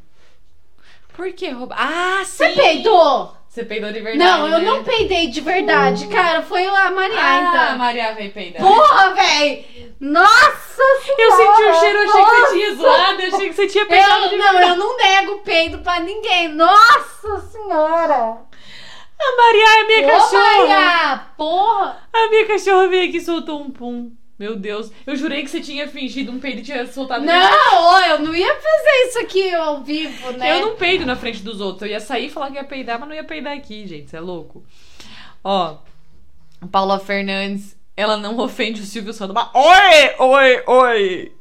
Speaker 1: Por que roubar? Ah, sim!
Speaker 2: Você peidou?
Speaker 1: Você peidou de verdade,
Speaker 2: não, eu
Speaker 1: né?
Speaker 2: não peidei de verdade, cara. Foi a Maria, então.
Speaker 1: Ah, Maria veio peidar.
Speaker 2: Porra, véi! Nossa
Speaker 1: Eu senti o cheiro, eu achei que
Speaker 2: nossa.
Speaker 1: você tinha zoado, eu achei que você tinha pensado de
Speaker 2: Eu, não,
Speaker 1: mim.
Speaker 2: eu não nego peido pra ninguém. Nossa senhora!
Speaker 1: A Maria é minha
Speaker 2: Ô,
Speaker 1: cachorra.
Speaker 2: Maria! Porra!
Speaker 1: A minha cachorra veio aqui e soltou um pum. Meu Deus, eu jurei que você tinha fingido um peido e tinha soltado.
Speaker 2: Não, ô, eu não ia fazer isso aqui ao vivo, né?
Speaker 1: Eu não peido na frente dos outros. Eu ia sair e falar que ia peidar, mas não ia peidar aqui, gente. Você é louco. Ó, Paula Fernandes, ela não ofende o Silvio Santos. Mas... Oi, oi, oi.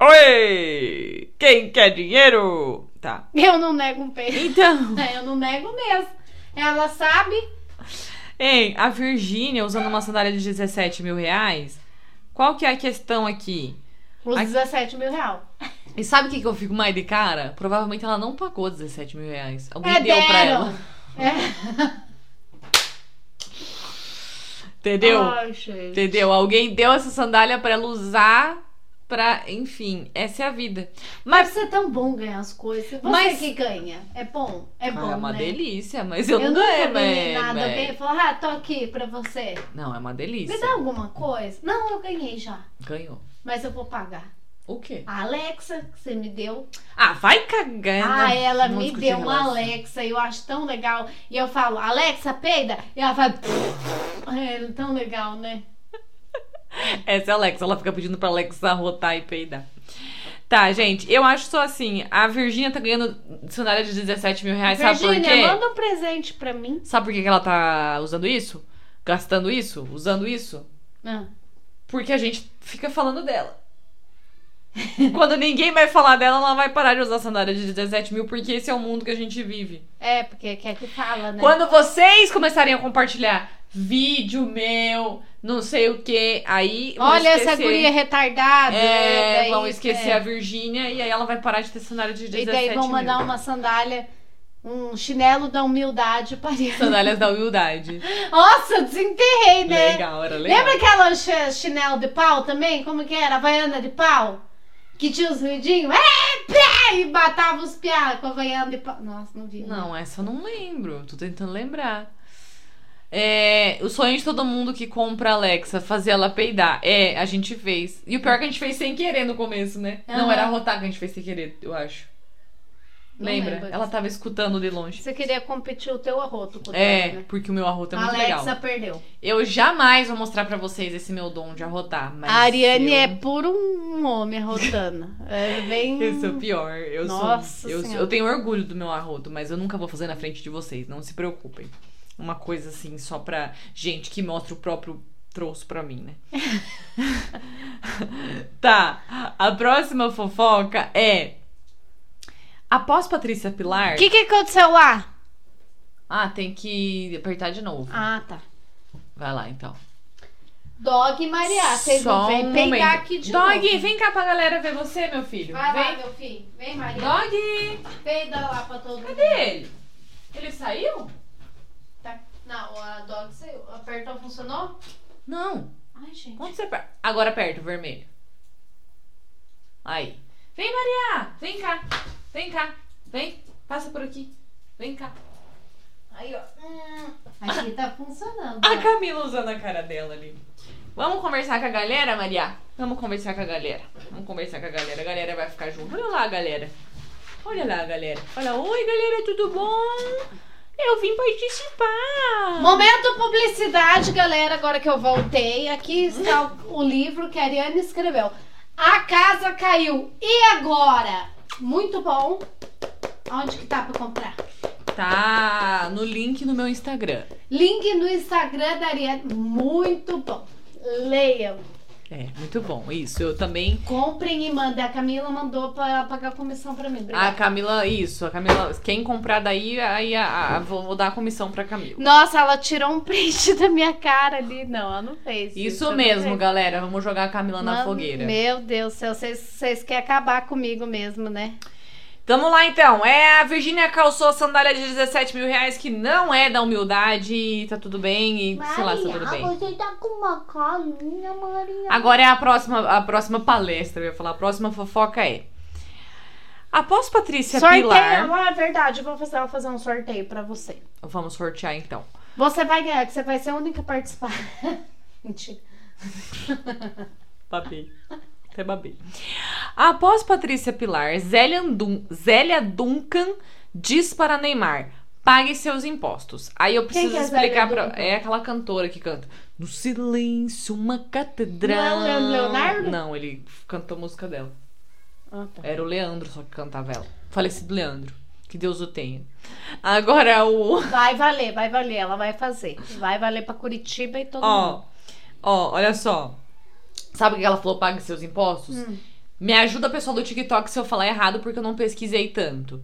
Speaker 1: Oi! Quem quer dinheiro? Tá.
Speaker 2: Eu não nego um peixe.
Speaker 1: Então,
Speaker 2: É, eu não nego mesmo. Ela sabe.
Speaker 1: hein, a Virgínia usando uma sandália de 17 mil reais. Qual que é a questão aqui?
Speaker 2: Os
Speaker 1: Ai.
Speaker 2: 17 mil reais.
Speaker 1: E sabe o que, que eu fico mais de cara? Provavelmente ela não pagou 17 mil reais. Alguém
Speaker 2: É,
Speaker 1: deu pra
Speaker 2: deram.
Speaker 1: ela.
Speaker 2: É.
Speaker 1: Entendeu?
Speaker 2: Ai, gente.
Speaker 1: Entendeu? Alguém deu essa sandália pra ela usar pra. Enfim, essa é a vida.
Speaker 2: Mas você é tão bom ganhar as coisas. Você
Speaker 1: Mas-
Speaker 2: que ganha. É bom. É
Speaker 1: Ah,
Speaker 2: bom.
Speaker 1: é uma
Speaker 2: né?
Speaker 1: delícia, mas eu,
Speaker 2: eu
Speaker 1: não
Speaker 2: nunca
Speaker 1: é,
Speaker 2: ganhei
Speaker 1: mas.
Speaker 2: nada. Alguém falou, ah, tô aqui pra você.
Speaker 1: Não, é uma delícia.
Speaker 2: Me dá alguma coisa? Não, eu ganhei já.
Speaker 1: Ganhou.
Speaker 2: Mas eu vou pagar.
Speaker 1: O quê?
Speaker 2: A Alexa, que você me deu.
Speaker 1: Ah, vai cagar.
Speaker 2: ah,
Speaker 1: né?
Speaker 2: ela
Speaker 1: Vamos
Speaker 2: me
Speaker 1: discutir
Speaker 2: deu uma
Speaker 1: relação.
Speaker 2: Alexa. Eu acho tão legal. E eu falo, Alexa, peida. E ela vai. É tão legal, né?
Speaker 1: Essa é a Alexa, ela fica pedindo pra Alexa rotar e peidar. Tá, gente, eu acho só assim, a Virgínia tá ganhando sandália de 17 mil reais, sabe por quê?
Speaker 2: Virgínia, manda um presente pra mim.
Speaker 1: Sabe por que que ela tá usando isso? Gastando isso? Usando isso?
Speaker 2: Ah.
Speaker 1: Porque a gente fica falando dela. Quando ninguém vai falar dela, ela vai parar de usar sandália de 17 mil, porque esse é o mundo que a gente vive.
Speaker 2: É, porque quer que fala, né?
Speaker 1: Quando vocês começarem a compartilhar vídeo meu, não sei o que, aí. vão
Speaker 2: Olha essa
Speaker 1: esquecer.
Speaker 2: guria retardada.
Speaker 1: É,
Speaker 2: daí-
Speaker 1: vão esquecer
Speaker 2: é.
Speaker 1: a Virgínia e aí ela vai parar de ter sandália de 17
Speaker 2: E daí vão mandar
Speaker 1: mil.
Speaker 2: uma sandália, um chinelo da humildade para
Speaker 1: Sandálias da humildade.
Speaker 2: Nossa, desenterrei, né?
Speaker 1: Legal, era legal.
Speaker 2: Lembra aquela ch- chinelo de pau também? Como que era? Havaiana de pau? Que tinha os ruidinhos? É, pé! E batava os piá com a Havaiana de pau. Nossa, não vi.
Speaker 1: Não, essa eu não lembro. Tô tentando lembrar. É, o sonho de todo mundo que compra a Alexa, fazer ela peidar. É, a gente fez. E o pior é que a gente fez sem querer no começo, né? Não,
Speaker 2: Aham.
Speaker 1: era a rotar que a gente fez sem querer, eu acho.
Speaker 2: Não
Speaker 1: Lembra?
Speaker 2: lembro.
Speaker 1: Ela tava escutando de longe.
Speaker 2: Você queria competir o teu arroto com o
Speaker 1: É,
Speaker 2: teu, né?
Speaker 1: porque o meu arroto é muito
Speaker 2: Alexa
Speaker 1: legal.
Speaker 2: perdeu.
Speaker 1: Eu jamais vou mostrar pra vocês esse meu dom de arrotar. Mas
Speaker 2: a Ariane
Speaker 1: eu...
Speaker 2: é puro um homem arrotando. É bem.
Speaker 1: Eu sou pior. Eu sou-
Speaker 2: Nossa
Speaker 1: eu sou.
Speaker 2: Senhora.
Speaker 1: Eu tenho orgulho do meu arroto, mas eu nunca vou fazer na frente de vocês. Não se preocupem. Uma coisa assim, só pra gente que mostra o próprio troço pra mim, né? tá. A próxima fofoca é. Após Patrícia Pilar.
Speaker 2: O que, que aconteceu lá?
Speaker 1: Ah, tem que apertar de novo.
Speaker 2: Ah, tá.
Speaker 1: Vai lá então.
Speaker 2: Dog e Maria, vocês
Speaker 1: Só
Speaker 2: vão
Speaker 1: um
Speaker 2: vem pegar
Speaker 1: momento.
Speaker 2: aqui de
Speaker 1: Dog,
Speaker 2: novo.
Speaker 1: vem cá pra galera ver você, meu filho.
Speaker 2: Vai lá,
Speaker 1: vem.
Speaker 2: meu filho. Vem, Maria.
Speaker 1: Dog!
Speaker 2: Peida lá pra todo mundo.
Speaker 1: Cadê ele? Ele saiu?
Speaker 2: Tá. Não, a dog saiu. Apertou, funcionou?
Speaker 1: Não.
Speaker 2: Ai, gente.
Speaker 1: Onde você aperta? Agora aperta o vermelho. Aí. Vem, Maria! Vem cá. Vem cá. Vem. Passa por aqui. Vem cá.
Speaker 2: Aí, ó. Hum. Aqui tá funcionando.
Speaker 1: A
Speaker 2: ó.
Speaker 1: Camila usando a cara dela ali. Vamos conversar com a galera, Maria? Vamos conversar com a galera. Vamos conversar com a galera. A galera vai ficar junto. Olha lá, galera. Olha lá, galera. Olha, oi, galera, tudo bom? Eu vim participar.
Speaker 2: Momento publicidade, galera. Agora que eu voltei, aqui está o, o livro que a Ariane escreveu. A casa caiu. E agora? Muito bom. Onde que tá pra comprar?
Speaker 1: Tá no link no meu Instagram.
Speaker 2: Link no Instagram da Ariane. Muito bom. Leiam.
Speaker 1: É, muito bom. Isso, eu também.
Speaker 2: Comprem e mandem. A Camila mandou pra pagar a comissão pra mim.
Speaker 1: A
Speaker 2: Obrigada.
Speaker 1: Camila, isso, a Camila, quem comprar daí, aí a, a- vou, vou dar a comissão pra Camila.
Speaker 2: Nossa, ela tirou um print da minha cara ali. Não, ela não fez.
Speaker 1: Isso
Speaker 2: ela
Speaker 1: mesmo,
Speaker 2: não fez.
Speaker 1: galera. Vamos jogar a Camila na
Speaker 2: Mano,
Speaker 1: fogueira.
Speaker 2: Meu Deus do céu, vocês, vocês querem acabar comigo mesmo, né?
Speaker 1: Tamo lá então. É, a Virgínia calçou a sandália de 17 mil reais, que não é da humildade, e tá tudo bem, e sei lá, se tá tudo bem.
Speaker 3: você tá com uma carinha, Maria.
Speaker 1: Agora é a próxima, a próxima palestra, eu ia falar. A próxima fofoca é. Após Patrícia Pilar.
Speaker 2: Ah, é verdade, eu vou fazer, eu vou fazer um sorteio pra você.
Speaker 1: Vamos sortear então.
Speaker 2: Você vai ganhar, que você vai ser a única a participar. Mentira.
Speaker 1: Babei. Até babei. Após Patrícia Pilar, Zélia, Dun- Zélia Duncan diz para Neymar: pague seus impostos. Aí eu preciso
Speaker 2: que é a Zélia
Speaker 1: explicar pra.
Speaker 2: Duncan?
Speaker 1: É aquela cantora que canta. No silêncio, uma catedral.
Speaker 2: Não é o Leonardo?
Speaker 1: Não, ele cantou a música dela.
Speaker 2: Ah, tá.
Speaker 1: Era o Leandro só que cantava ela. Falecido Leandro. Que Deus o tenha. Agora o.
Speaker 2: Vai valer, vai valer, ela vai fazer. Vai valer pra Curitiba e todo mundo.
Speaker 1: Ó, ó, olha só. Sabe o que ela falou? Pague seus impostos? Me ajuda, pessoal do TikTok, se eu falar errado, porque eu não pesquisei tanto. O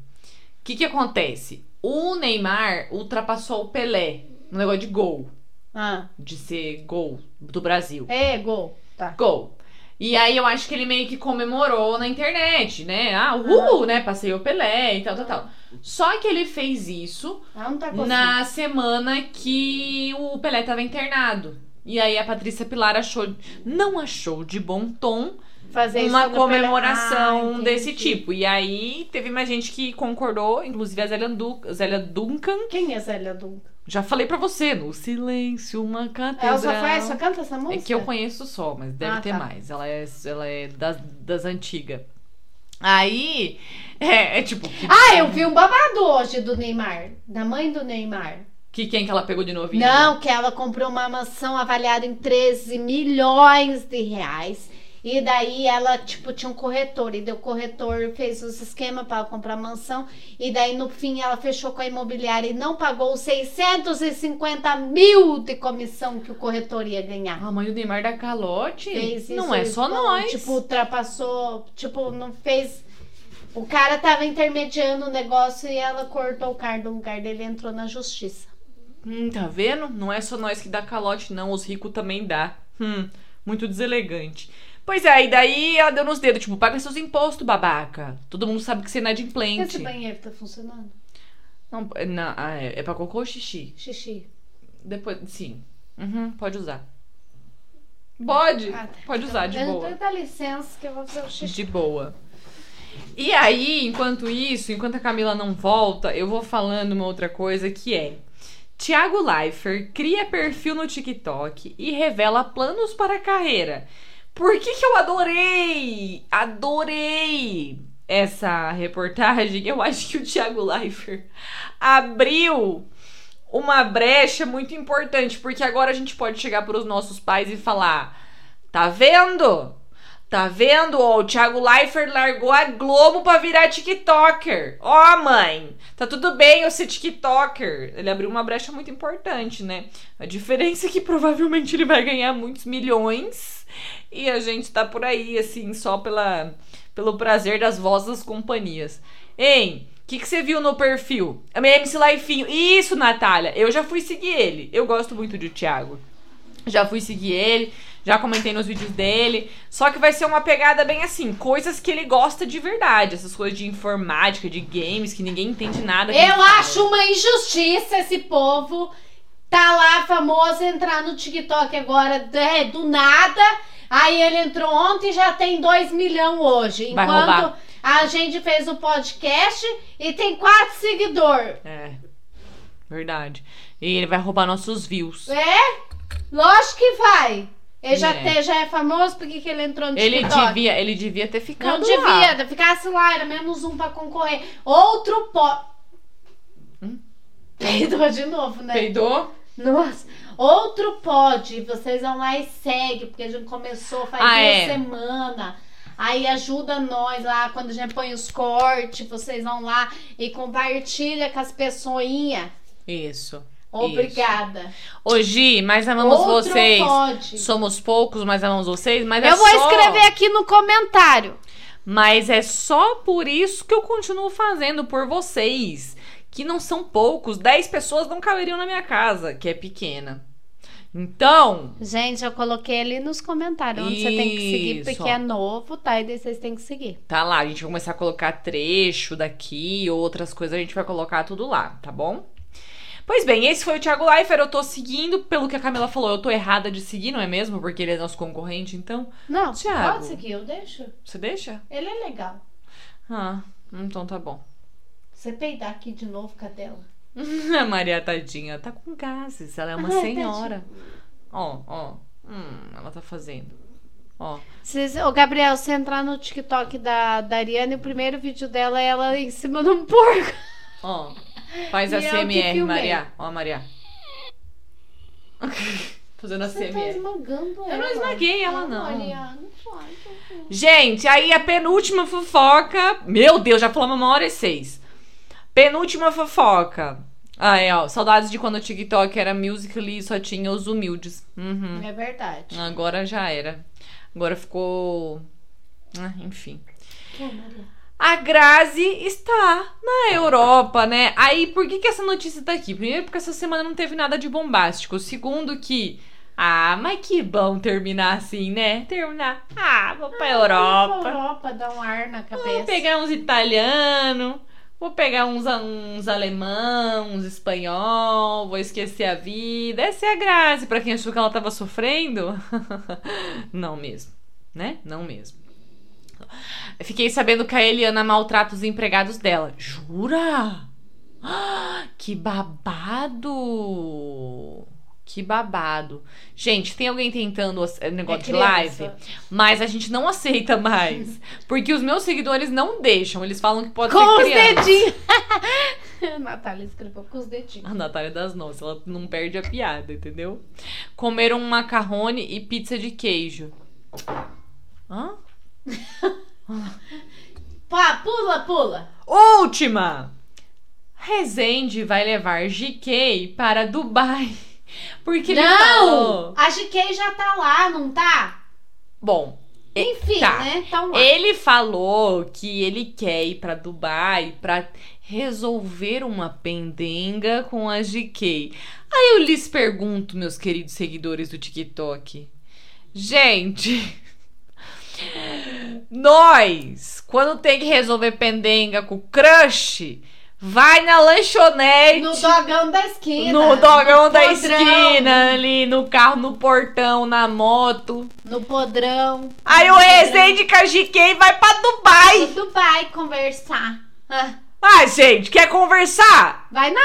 Speaker 1: que que acontece? O Neymar ultrapassou o Pelé no negócio de gol.
Speaker 2: Ah,
Speaker 1: De ser gol do Brasil.
Speaker 2: é, gol. Tá.
Speaker 1: Gol. E aí eu acho que ele meio que comemorou na internet, né? Ah, uhul, né? Passei o Pelé e tal, tal, tal. Só que ele fez isso
Speaker 2: Ah, não tá conseguindo.
Speaker 1: na semana que o Pelé tava internado. E aí a Patrícia Pilar achou, não achou de bom tom
Speaker 2: Fazer isso
Speaker 1: uma
Speaker 2: quando o Pelé-
Speaker 1: comemoração
Speaker 2: Ah,
Speaker 1: desse
Speaker 2: entendi.
Speaker 1: tipo. E aí teve mais gente que concordou, inclusive a Zélia, Du- Zélia Duncan.
Speaker 2: Quem é Zélia Duncan?
Speaker 1: Já falei pra você, no silêncio uma catedral.
Speaker 2: É, Ela só faz, só canta essa
Speaker 1: É
Speaker 2: música?
Speaker 1: que eu conheço só, mas deve
Speaker 2: Ah,
Speaker 1: ter
Speaker 2: tá.
Speaker 1: mais. Ela é, ela é das, das antigas. Aí, é, é tipo, que,
Speaker 2: Ah, eu vi um babado hoje do Neymar, da mãe do Neymar.
Speaker 1: que quem que ela pegou de novinho?
Speaker 2: Não, que ela comprou uma mansão avaliada em 13 milhões de reais. E daí ela, tipo, tinha um corretor. E daí o corretor fez os esquemas para comprar a mansão. E daí, no fim, ela fechou com a imobiliária e não pagou os 650 mil de comissão que o corretor ia ganhar.
Speaker 1: A Ah, mãe do Neymar da calote?
Speaker 2: Fez
Speaker 1: não
Speaker 2: isso,
Speaker 1: é só
Speaker 2: isso,
Speaker 1: nós.
Speaker 2: Tipo, ultrapassou. Tipo, não fez. O cara tava intermediando o negócio e ela cortou o cara do lugar dele e entrou na justiça.
Speaker 1: Hum, tá vendo? Não é só nós que dá calote, não. Os ricos também dá. Hum, muito deselegante. Pois é, e daí ela deu nos dedos, tipo, paga seus impostos, babaca. Todo mundo sabe que você é inadimplente.
Speaker 2: Esse banheiro tá funcionando?
Speaker 1: Não, é- não, ah, é, é pra cocô ou xixi?
Speaker 2: Xixi.
Speaker 1: Depois, sim. Uhum, pode usar. Pode,
Speaker 2: Ah, tá.
Speaker 1: pode usar, de
Speaker 2: Eu-
Speaker 1: boa.
Speaker 2: eu- Dá licença que eu vou fazer o xixi.
Speaker 1: De boa. E aí, enquanto isso, enquanto a Camila não volta, eu vou falando uma outra coisa que é. Tiago Leifert cria perfil no TikTok e revela planos para a carreira. Por que, que eu adorei? Adorei essa reportagem. Eu acho que o Tiago Leifert abriu uma brecha muito importante, porque agora a gente pode chegar para os nossos pais e falar: tá vendo? Tá vendo? Ó, o Thiago Leifert largou a Globo pra virar TikToker. Ó, mãe, tá tudo bem eu ser TikToker. Ele abriu uma brecha muito importante, né? A diferença é que provavelmente ele vai ganhar muitos milhões e a gente tá por aí, assim, só pela, pelo prazer das vozes das companhias. Hein? O que, que você viu no perfil? É meu MC Laifinho. Isso, Natália. Eu já fui seguir ele. Eu gosto muito do Thiago. Já fui seguir ele, já comentei nos vídeos dele. Só que vai ser uma pegada bem assim, coisas que ele gosta de verdade. Essas coisas de informática, de games, que ninguém entende nada. que ele
Speaker 2: Eu
Speaker 1: fala.
Speaker 2: acho uma injustiça esse povo tá lá famoso entrar no TikTok agora é, do nada. Aí ele entrou ontem e já tem 2 milhões hoje.
Speaker 1: Vai
Speaker 2: Enquanto
Speaker 1: roubar.
Speaker 2: a gente fez o podcast e tem 4 seguidores.
Speaker 1: É. Verdade. E ele vai roubar nossos views.
Speaker 2: É? Lógico que vai. Ele já,
Speaker 1: É.
Speaker 2: te- já é famoso, por que, que ele entrou no
Speaker 1: Ele
Speaker 2: TikTok?
Speaker 1: devia, ele devia ter ficado
Speaker 2: Não
Speaker 1: lá.
Speaker 2: devia, ficasse lá, era menos um pra concorrer. Outro pó.
Speaker 1: Hum?
Speaker 2: Peidou de novo, né?
Speaker 1: Peidou?
Speaker 2: Nossa. Outro pode, vocês vão lá e segue, porque a gente começou faz
Speaker 1: Ah,
Speaker 2: duas
Speaker 1: é.
Speaker 2: semanas. Aí ajuda nós lá, quando a gente põe os cortes, vocês vão lá e compartilha com as pessoinhas.
Speaker 1: Isso.
Speaker 2: Obrigada.
Speaker 1: Hoje, mas amamos
Speaker 2: Outro
Speaker 1: vocês.
Speaker 2: pode.
Speaker 1: Somos poucos, mas amamos vocês. Mas é
Speaker 2: Eu vou
Speaker 1: só-
Speaker 2: escrever aqui no comentário.
Speaker 1: Mas é só por isso que eu continuo fazendo por vocês. Que não são poucos. 10 pessoas não caberiam na minha casa, que é pequena. Então,
Speaker 2: Gente, eu coloquei ali nos comentários onde você tem que seguir,
Speaker 1: Isso.
Speaker 2: porque é novo, tá? E daí vocês têm que seguir.
Speaker 1: Tá lá, a gente vai começar a colocar trecho daqui, outras coisas, a gente vai colocar tudo lá, tá bom? Pois bem, esse foi o Thiago Leifert, eu tô seguindo, pelo que a Camila falou, eu tô errada de seguir, não é mesmo? Porque ele é nosso concorrente, então,
Speaker 2: Não,
Speaker 1: Thiago.
Speaker 2: pode seguir, eu deixo.
Speaker 1: você deixa?
Speaker 2: Ele é legal.
Speaker 1: Ah, então tá bom.
Speaker 2: Você peidar aqui de novo, cadela.
Speaker 1: A Maria tadinha, tá com gases, ela é uma
Speaker 2: Ai, tadinha.
Speaker 1: senhora. Ó, ó, hum, ela tá fazendo. Ó,
Speaker 2: Vocês- Ô, Gabriel, se entrar no TikTok da, da Ariane, o primeiro vídeo dela é ela em cima de um porco.
Speaker 1: ó, faz
Speaker 2: E
Speaker 1: a
Speaker 2: eu que
Speaker 1: CMR,
Speaker 2: filmei.
Speaker 1: Maria. Ó, Maria. Fazendo a CMR.
Speaker 2: tá esmagando
Speaker 1: não ela. esmaguei ela, não.
Speaker 2: Ariane,
Speaker 1: Gente, aí a penúltima fofoca. Meu Deus, já falamos uma hora e seis. Penúltima fofoca. Ah, é, ó. Saudades de quando o TikTok era musical.ly e só tinha os humildes. Uhum.
Speaker 2: É Hum. verdade.
Speaker 1: Agora já era. Agora ficou Ah, enfim.
Speaker 2: Quem é Maria?
Speaker 1: A Grazi está na Europa, né? Aí, por que, que essa notícia tá aqui? Primeiro, porque essa semana não teve nada de bombástico. Segundo, que. Ah, mas que bom terminar assim, né? Terminar. Ah, vou pra
Speaker 2: Vamos pra
Speaker 1: Europa.
Speaker 2: Europa, dá um ar na
Speaker 1: Vou
Speaker 2: cabeça.
Speaker 1: pegar uns italianos. Vou pegar uns, uns alemão, uns espanhol. Vou esquecer a vida. Essa é a Grazi, pra quem achou que ela tava sofrendo. não mesmo, né? Não mesmo. Fiquei sabendo que a Eliana maltrata os empregados dela. Jura? Ah, Que babado! Que babado. Gente, tem alguém tentando ass- eh, negócio
Speaker 2: É
Speaker 1: de
Speaker 2: criança.
Speaker 1: live? Mas a gente não aceita mais. Porque os meus seguidores não deixam. Eles falam que pode
Speaker 2: Com
Speaker 1: ser
Speaker 2: os
Speaker 1: criança.
Speaker 2: dedinhos. Natália escreveu com os dedinhos.
Speaker 1: A Natália das Nossas, ela não perde a piada, entendeu? Comeram um macarrone e pizza de queijo. Hã?
Speaker 2: Pá, pula, pula.
Speaker 1: Última! Rezende vai levar GK para Dubai. Porque ele
Speaker 2: não!
Speaker 1: falou...
Speaker 2: A GK já tá lá, não tá?
Speaker 1: Bom,
Speaker 2: Enfim,
Speaker 1: tá.
Speaker 2: né? Então, lá.
Speaker 1: Ele falou que ele quer ir pra Dubai pra resolver uma pendenga com a GK. Aí eu lhes pergunto, meus queridos seguidores do TikTok. Gente, nós, quando tem que resolver pendenga com crush, vai na lanchonete.
Speaker 2: no dogão da esquina.
Speaker 1: no dogão da
Speaker 2: podrão,
Speaker 1: esquina, ali no carro, no portão, na moto.
Speaker 2: No podrão.
Speaker 1: Aí o Rezende Cajiquei vai pra Dubai.
Speaker 2: No Dubai conversar. Ah,
Speaker 1: Ah, gente, quer conversar?
Speaker 2: Vai na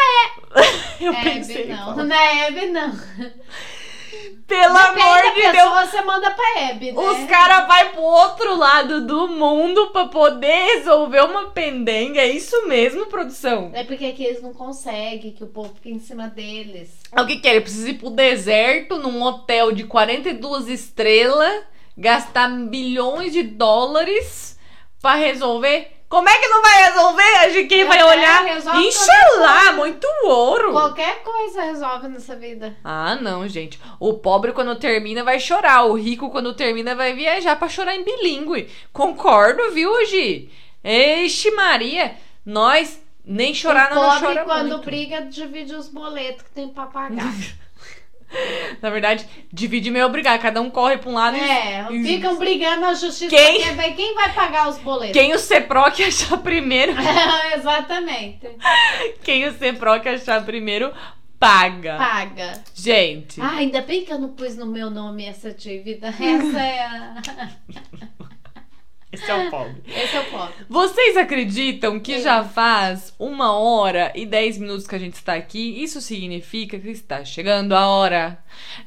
Speaker 1: Eu
Speaker 2: Hebe,
Speaker 1: pensei.
Speaker 2: É, não.
Speaker 1: fala,
Speaker 2: Na Hebe, não.
Speaker 1: Pelo amor
Speaker 2: Depende
Speaker 1: de
Speaker 2: da
Speaker 1: Deus.
Speaker 2: pessoa, você manda pra Hebe, né?
Speaker 1: Os caras vão pro outro lado do mundo pra poder resolver uma pendenga. É isso mesmo, produção?
Speaker 2: É porque aqui eles não conseguem, que o povo fica em cima deles.
Speaker 1: O que que é? Ele precisa ir pro deserto, num hotel de 42 estrelas, gastar bilhões de dólares pra resolver. Como é que não vai resolver? A gente quem vai
Speaker 2: É,
Speaker 1: olhar?
Speaker 2: resolve qualquer
Speaker 1: Inxalá, muito ouro.
Speaker 2: Qualquer coisa resolve nessa vida.
Speaker 1: Ah, não, gente. O pobre, quando termina, vai chorar. O rico, quando termina, vai viajar pra chorar em bilíngue. Concordo, viu, Gi? Eixe, Maria. Nós nem chorar
Speaker 2: o
Speaker 1: não, não
Speaker 2: pobre,
Speaker 1: chora
Speaker 2: quando
Speaker 1: muito.
Speaker 2: briga, divide os boletos que tem pra pagar.
Speaker 1: Na verdade, divide meio obrigar. Cada um corre pra um lado e...
Speaker 2: é, ficam brigando a justiça.
Speaker 1: Quem?
Speaker 2: Quem, vai, quem vai pagar os boletos?
Speaker 1: Quem o CEPROC achar primeiro...
Speaker 2: Exatamente.
Speaker 1: Tá. Quem o CEPROC achar primeiro, paga.
Speaker 2: Paga.
Speaker 1: Gente...
Speaker 2: Ah, ainda bem que eu não pus no meu nome essa dívida. Essa é a...
Speaker 1: Esse é o pobre.
Speaker 2: Esse é o pobre.
Speaker 1: Vocês acreditam que
Speaker 2: Sim.
Speaker 1: já faz uma hora e dez minutos que a gente está aqui? Isso significa que está chegando a hora.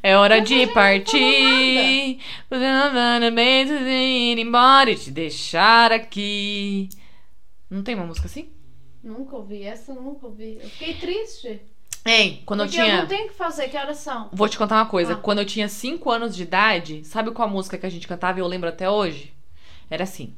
Speaker 1: É hora de partir. Parabéns e ir embora e te deixar aqui. Não tem uma música assim?
Speaker 2: Nunca ouvi essa, eu nunca ouvi. Eu fiquei triste.
Speaker 1: Hein? Quando
Speaker 2: porque
Speaker 1: eu tinha.
Speaker 2: não tenho o que fazer, que horas são?
Speaker 1: Vou te contar uma coisa.
Speaker 2: Ah.
Speaker 1: Quando eu tinha 5 anos de idade, sabe qual a música que a gente cantava e eu lembro até hoje? Era assim: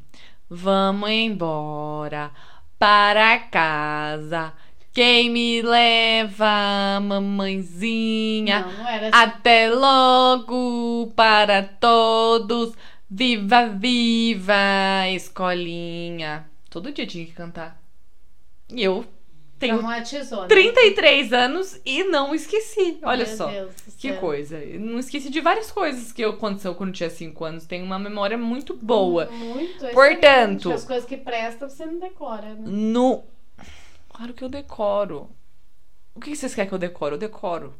Speaker 1: Vamos embora para casa. Quem me leva, mamãezinha?
Speaker 2: Não, não era assim.
Speaker 1: Até logo para todos. Viva, viva, escolinha. Todo dia tinha que cantar. E eu
Speaker 2: Tem
Speaker 1: tenho
Speaker 2: uma tesoura.
Speaker 1: 33 anos e não esqueci. Olha
Speaker 2: Meu
Speaker 1: só.
Speaker 2: Deus do
Speaker 1: Que
Speaker 2: céu.
Speaker 1: coisa. Eu Não esqueci de várias coisas que aconteceu quando eu tinha 5 anos. Tenho uma memória muito boa.
Speaker 2: Muito. excelente.
Speaker 1: Portanto-
Speaker 2: As coisas que prestam, você não decora, né?
Speaker 1: No. Claro que eu decoro. O que que vocês querem que eu decore? Eu decoro.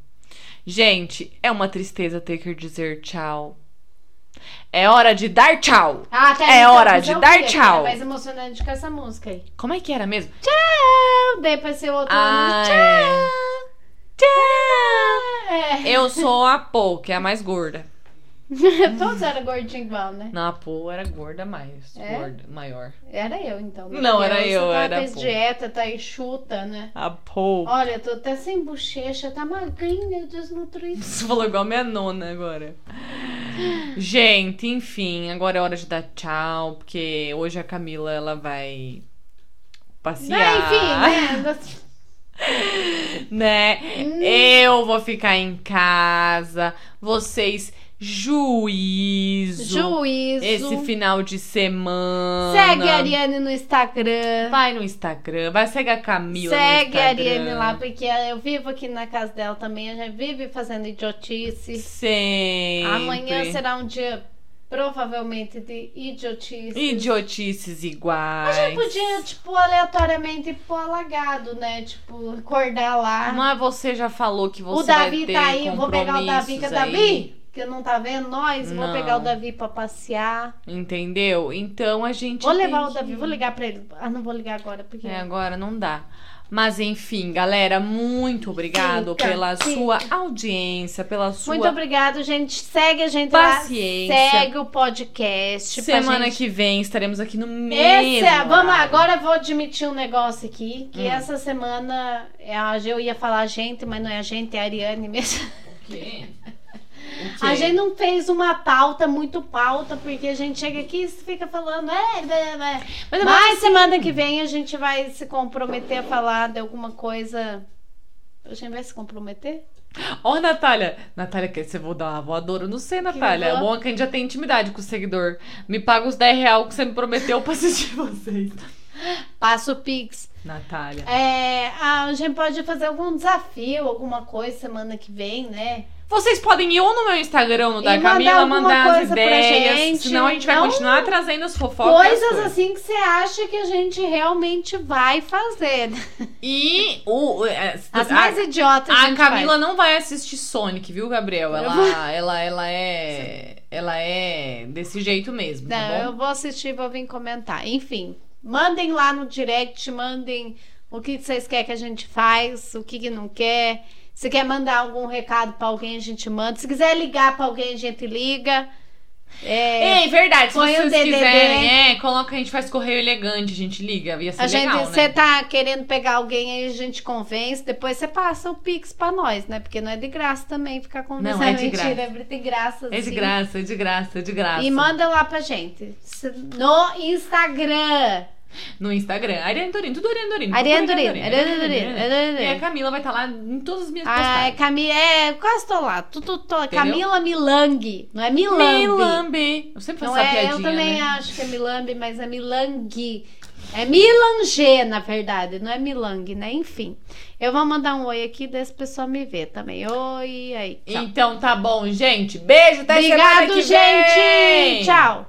Speaker 1: Gente, é uma tristeza ter que dizer tchau. É hora de dar tchau.
Speaker 2: Ah, tá,
Speaker 1: É hora
Speaker 2: mas
Speaker 1: de
Speaker 2: eu
Speaker 1: dar
Speaker 2: vi,
Speaker 1: tchau.
Speaker 2: É mais emocionante com essa música aí.
Speaker 1: Como é que era mesmo?
Speaker 2: Eu dei pra ser outro
Speaker 1: Ah,
Speaker 2: ano.
Speaker 1: é. Tchau.
Speaker 2: É.
Speaker 1: Eu sou a Po, que é a mais gorda.
Speaker 2: Todos eram gordinhos igual, né?
Speaker 1: Não, a Po era gorda mais.
Speaker 2: É?
Speaker 1: Gorda, maior.
Speaker 2: Era eu, então. né?
Speaker 1: Não,
Speaker 2: Porque
Speaker 1: era eu,
Speaker 2: Você
Speaker 1: era
Speaker 2: tá fez
Speaker 1: pouco.
Speaker 2: dieta, tá enxuta, né?
Speaker 1: A Po.
Speaker 2: Olha, eu tô até sem bochecha, tá magrinha, desnutrida.
Speaker 1: Você falou igual a minha nona agora. Gente, enfim, agora é hora de dar tchau, porque hoje a Camila ela vai
Speaker 2: Não,
Speaker 1: passear,
Speaker 2: enfim, né?
Speaker 1: né?
Speaker 2: Hum.
Speaker 1: Eu vou ficar em casa. Vocês Juízo.
Speaker 2: Juízo.
Speaker 1: Esse final de semana.
Speaker 2: Segue a Ariane no Instagram.
Speaker 1: Vai no Instagram, vai segue a Camila
Speaker 2: Segue
Speaker 1: no
Speaker 2: a
Speaker 1: Instagram.
Speaker 2: Ariane lá, porque eu vivo aqui na casa dela também. A gente vive fazendo idiotice.
Speaker 1: Sempre.
Speaker 2: Amanhã será um dia provavelmente de idiotice.
Speaker 1: Idiotices
Speaker 2: A
Speaker 1: iguais.
Speaker 2: gente podia, tipo, aleatoriamente ir pro alagado, né? Tipo, acordar lá.
Speaker 1: Mas é você já falou que você
Speaker 2: o Davi
Speaker 1: vai ter
Speaker 2: tá aí, eu vou pegar o Davi, que é
Speaker 1: compromissos aí,
Speaker 2: Davi, que não tá vendo nós,
Speaker 1: Não.
Speaker 2: vou pegar o Davi pra passear.
Speaker 1: Entendeu? Então a gente
Speaker 2: Vou levar
Speaker 1: tem
Speaker 2: o Davi,
Speaker 1: que-
Speaker 2: vou ligar pra ele. Ah, não vou ligar agora, porque.
Speaker 1: É, agora não dá. Mas enfim, galera, muito obrigado
Speaker 2: Fica,
Speaker 1: pela
Speaker 2: fica.
Speaker 1: sua audiência, pela sua
Speaker 2: Muito obrigado, gente. Segue a gente
Speaker 1: paciência.
Speaker 2: lá. Segue o podcast. pra
Speaker 1: Semana
Speaker 2: gente...
Speaker 1: que vem estaremos aqui no mesmo.
Speaker 2: Essa, vamos,
Speaker 1: horário.
Speaker 2: agora eu vou admitir um negócio aqui, que
Speaker 1: Hum.
Speaker 2: essa semana é a- eu ia falar a gente, mas não é a gente, é a Ariane mesmo.
Speaker 1: O quê?
Speaker 2: A gente não fez uma pauta, muito pauta, porque a gente chega aqui e fica falando. É, é, é.
Speaker 1: Mas é
Speaker 2: Mas semana que vem a gente vai se comprometer a falar de alguma coisa. A gente vai se comprometer?
Speaker 1: Ó, Natália. Natália, quer você vou dar uma voadora? Eu Não sei, Natália. É
Speaker 2: voa-
Speaker 1: Bom, que a gente já tem intimidade com o seguidor. Me paga os 10 reais que você me prometeu pra assistir vocês.
Speaker 2: Passa o Pix.
Speaker 1: Natália.
Speaker 2: É, a gente pode fazer algum desafio, alguma coisa semana que vem, né?
Speaker 1: Vocês podem ir ou no meu Instagram, no da
Speaker 2: E mandar
Speaker 1: Camila,
Speaker 2: alguma
Speaker 1: mandar as
Speaker 2: coisa pra
Speaker 1: ideias.
Speaker 2: gente.
Speaker 1: Senão a gente vai
Speaker 2: Não-
Speaker 1: continuar trazendo as fofocas. as
Speaker 2: coisas assim que você acha que a gente realmente vai fazer.
Speaker 1: E o. é,
Speaker 2: assim. As
Speaker 1: a-
Speaker 2: mais idiotas.
Speaker 1: A
Speaker 2: gente
Speaker 1: Camila
Speaker 2: faz.
Speaker 1: não vai assistir Sonic, viu, Gabriel?
Speaker 2: Eu
Speaker 1: Ela,
Speaker 2: vou-
Speaker 1: ela, ela é. Ela é desse jeito mesmo, tá
Speaker 2: Não,
Speaker 1: bom?
Speaker 2: eu vou assistir e vou vir comentar. Enfim, mandem lá no direct, mandem o que vocês querem que a gente faz, o que, que não quer. Se quer mandar algum recado pra alguém, a gente manda. Se quiser ligar pra alguém, a gente liga. É,
Speaker 1: Ei, verdade, se
Speaker 2: Põe o
Speaker 1: vocês
Speaker 2: DDD.
Speaker 1: quiserem, é, coloca, a gente faz correio elegante, a gente liga, ia ser
Speaker 2: a gente,
Speaker 1: legal, né?
Speaker 2: você tá querendo pegar alguém aí, a gente convence. Depois você passa o Pix pra nós, né? Porque não é de graça também ficar convencendo.
Speaker 1: Não, é de
Speaker 2: Mentira,
Speaker 1: graça.
Speaker 2: é de graça.
Speaker 1: É de
Speaker 2: sim.
Speaker 1: graça, é de graça, é de graça.
Speaker 2: E manda lá pra gente. No Instagram.
Speaker 1: No Instagram, Ariane Dorino, tudo Ariane É, Dorino.
Speaker 2: Ariane
Speaker 1: tudo
Speaker 2: Dorino. Ariane Dorino. Ariane
Speaker 1: E a
Speaker 2: Dorino.
Speaker 1: Camila vai estar lá em todas as minhas
Speaker 2: Ah, é
Speaker 1: postagens.
Speaker 2: Camila. É, quase tô lá. Tu, tu, tô-
Speaker 1: Entendeu?
Speaker 2: Camila Milang. Não é Milambe.
Speaker 1: Milambe. Eu sempre faço
Speaker 2: Não
Speaker 1: essa
Speaker 2: é,
Speaker 1: piadinha,
Speaker 2: eu também
Speaker 1: né?
Speaker 2: acho que é Milambe, mas é Milang. É Milange, na verdade, não é Milang, né? Enfim. Eu vou mandar um oi aqui, daí as pessoas me ver também. Oi, aí. Tchau.
Speaker 1: Então tá bom, gente. Beijo, até semana
Speaker 2: Obrigado,
Speaker 1: que
Speaker 2: gente.
Speaker 1: vem.
Speaker 2: Tchau.